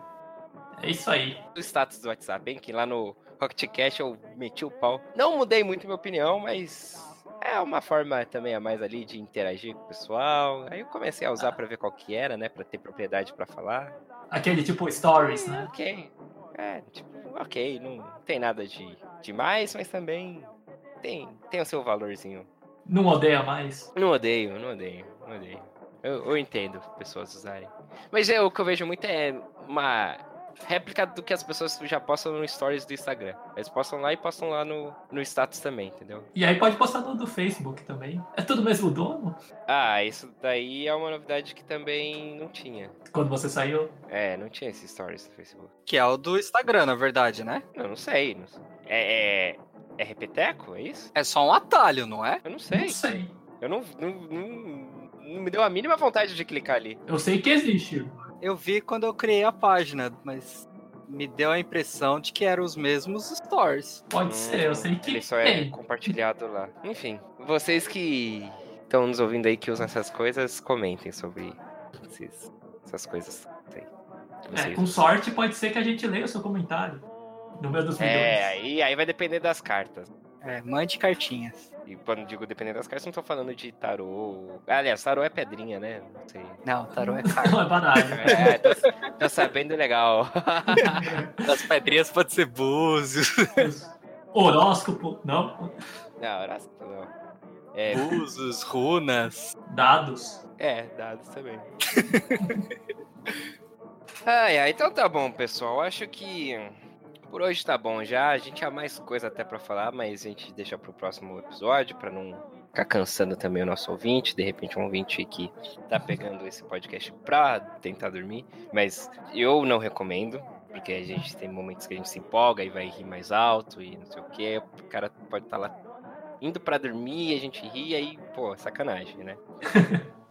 Speaker 3: É isso aí.
Speaker 1: do status do WhatsApp, bem que lá no Rocket Cash eu meti o pau. Não mudei muito minha opinião, mas é uma forma também a mais ali de interagir com o pessoal. Aí eu comecei a usar pra ver qual que era, né, Pra ter propriedade pra falar.
Speaker 3: Aquele tipo stories,
Speaker 1: É,
Speaker 3: né?
Speaker 1: ok. É, tipo, ok, não tem nada de demais, mas também tem tem o seu valorzinho.
Speaker 3: Não odeia mais.
Speaker 1: Não odeio, não odeio, não odeio. Eu, eu entendo pessoas usarem. Mas é, o que eu vejo muito é uma réplica do que as pessoas já postam no stories do Instagram. Eles postam lá e postam lá no, no status também, entendeu?
Speaker 3: E aí pode postar no do Facebook também. É tudo mesmo dono?
Speaker 1: Ah, isso daí é uma novidade que também não tinha.
Speaker 3: Quando você saiu.
Speaker 1: É, não tinha esses stories no Facebook.
Speaker 2: Que é o do Instagram, na verdade, né?
Speaker 1: Eu não sei. Não sei. É, é, é repeteco? É isso?
Speaker 2: É só um atalho, não é?
Speaker 1: Eu não
Speaker 3: Não
Speaker 1: sei.
Speaker 3: sei.
Speaker 1: Eu não, não, não, não me deu a mínima vontade de clicar ali.
Speaker 3: Eu sei que existe.
Speaker 2: Eu vi quando eu criei a página, mas me deu a impressão de que eram os mesmos stories.
Speaker 3: Pode
Speaker 1: Não,
Speaker 3: ser, eu sei que
Speaker 1: Hum, Ele só é
Speaker 3: tem.
Speaker 1: compartilhado lá. Enfim, vocês que estão nos ouvindo aí que usam essas coisas, comentem sobre esses- essas coisas. Sei.
Speaker 3: É,
Speaker 1: Vocês-
Speaker 3: com sorte pode ser que a gente leia o seu comentário. No meu dos milhões.
Speaker 1: É, aí, aí vai depender das cartas.
Speaker 2: É, mande cartinhas.
Speaker 1: E quando digo depender das cartas, não tô falando de tarô. Aliás, tarô é pedrinha, né? Não sei.
Speaker 2: Não, tarô é carta.
Speaker 3: Não é baralho.
Speaker 1: É, tô, tô sabendo legal.
Speaker 2: Das pedrinhas pode ser búzios.
Speaker 3: Horóscopo, não.
Speaker 1: Não, horóscopo não. É,
Speaker 2: Búzios, runas.
Speaker 3: Dados.
Speaker 1: É, dados também. ai, ai, então tá bom, pessoal. Acho que por hoje tá bom já. A gente tinha mais coisa até pra falar, mas a gente deixa pro próximo episódio pra não ficar cansando também o nosso ouvinte. De repente, um ouvinte que tá pegando esse podcast pra tentar dormir, mas eu não recomendo. Porque a gente tem momentos que a gente se empolga e vai rir mais alto e não sei o que. O cara pode estar lá indo pra dormir e a gente ri, aí, pô, sacanagem, né?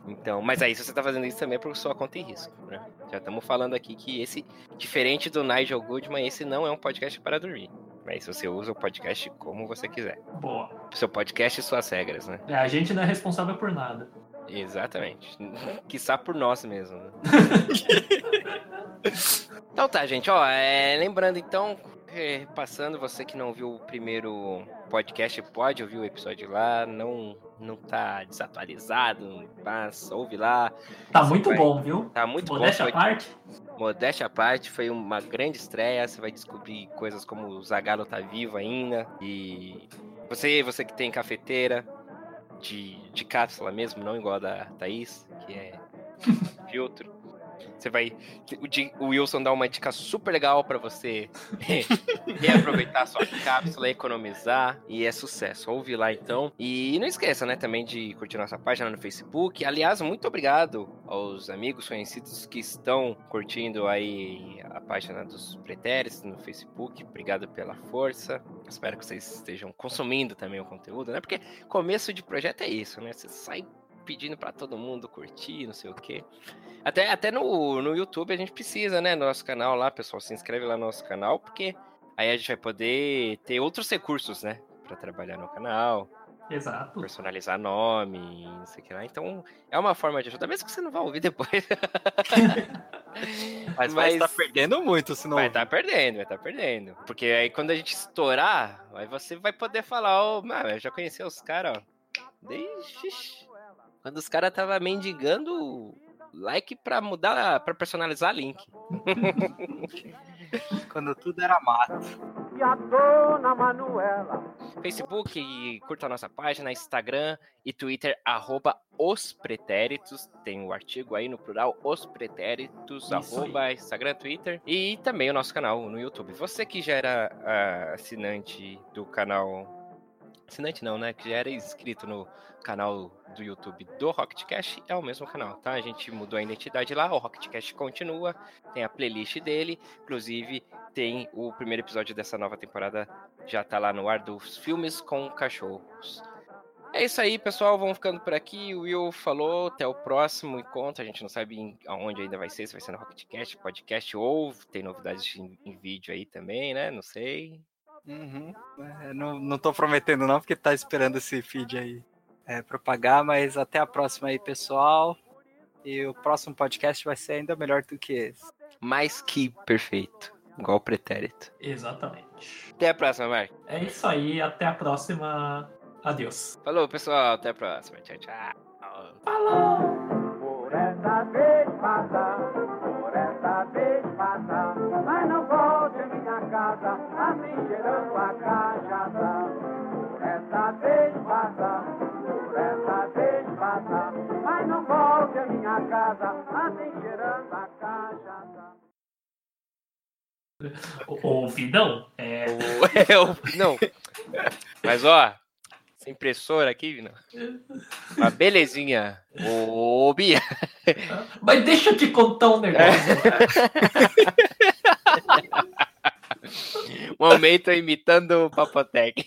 Speaker 1: Então, mas aí se você tá fazendo isso também é por sua conta e risco, né? Já estamos falando aqui que esse, diferente do Nigel Goodman, esse não é um podcast para dormir. Mas você usa o podcast como você quiser.
Speaker 3: Boa.
Speaker 1: Seu podcast e suas regras, né?
Speaker 3: É, a gente não é responsável por nada.
Speaker 1: Exatamente. Quiçá por nós mesmo. né? então tá, gente, ó, é, lembrando então, é, passando, você que não viu o primeiro podcast, pode ouvir o episódio lá, não não tá desatualizado, mas ouve lá.
Speaker 3: Tá
Speaker 1: Você
Speaker 3: muito
Speaker 1: vai-
Speaker 3: bom, viu?
Speaker 1: Tá muito
Speaker 3: Modéstia
Speaker 1: bom.
Speaker 3: à
Speaker 1: Foi,
Speaker 3: parte.
Speaker 1: modéstia à parte, foi uma grande estreia, você vai descobrir coisas como o Zagalo tá vivo ainda, e você, você que tem cafeteira, de, de cápsula mesmo, não igual a da Thaís, que é filtro. Você vai. O, Di- o Wilson dá uma dica super legal pra você eh, reaproveitar a sua cápsula, economizar. E é sucesso. Ouve lá então. E não esqueça, né, também de curtir nossa página no Facebook. Aliás, muito obrigado aos amigos conhecidos que estão curtindo aí a página dos pretéritos no Facebook. Obrigado pela força. Espero que vocês estejam consumindo também o conteúdo, né? Porque começo de projeto é isso, né? Você sai pedindo pra todo mundo curtir, não sei o quê. Até, até no, no YouTube a gente precisa, né? No nosso canal lá, pessoal, se inscreve lá no nosso canal, porque aí a gente vai poder ter outros recursos, né? Pra trabalhar no canal,
Speaker 3: Exato.
Speaker 1: personalizar nome, não sei o que lá. Então, é uma forma de ajudar, mesmo que você não vá ouvir depois.
Speaker 2: Mas, vai estar perdendo muito se não.
Speaker 1: Vai tá perdendo, vai tá perdendo. Porque aí quando a gente estourar, aí você vai poder falar, ó, mano, eu já conheci os caras, ó. Desde... ixi, Quando os caras tava mendigando like pra mudar, pra personalizar link.
Speaker 2: Quando tudo era mato.
Speaker 4: e a dona Manuela.
Speaker 1: Facebook, e curta a nossa página, Instagram e Twitter, arroba os pretéritos. Tem o artigo aí no plural, os pretéritos,
Speaker 3: Isso
Speaker 1: arroba Instagram, Twitter. E também o nosso canal no YouTube. Você que já era ah, assinante do canal. Assinante não, né? Que já era inscrito no canal do YouTube do Rocketcast, é o mesmo canal, tá? A gente mudou a identidade lá, o Rocketcast continua, tem a playlist dele, inclusive tem o primeiro episódio dessa nova temporada já tá lá no ar dos filmes com cachorros. É isso aí, pessoal. Vamos ficando por aqui. O Will falou, até o próximo encontro. A gente não sabe em- aonde ainda vai ser, se vai ser no Rocketcast, podcast ou tem novidades em, em vídeo aí também, né? Não sei.
Speaker 2: Uhum. É, não, não tô prometendo não, porque tá esperando esse feed aí é, propagar, mas até a próxima aí, pessoal. E o próximo podcast vai ser ainda melhor do que esse.
Speaker 1: Mas que perfeito. Igual o pretérito.
Speaker 3: Exatamente.
Speaker 1: Até a próxima, Mark.
Speaker 3: É isso aí. Até a próxima. Adeus.
Speaker 1: Falou, pessoal. Até a próxima. Tchau, tchau.
Speaker 3: Falou!
Speaker 4: Por essa vez passa, por essa vez passa, mas não volte em minha casa, assim cheirando a cachaça. Por essa vez passa, por essa vez passa, mas não volte em minha casa, assim cheirando a cachaça.
Speaker 3: Ô, ouvidão, é,
Speaker 1: Eu, não. Mas ó, essa impressora aqui, Vina. Uma belezinha. Ô, Bia.
Speaker 3: Mas deixa eu te contar um negócio.
Speaker 1: Um Momento imitando o Papotec.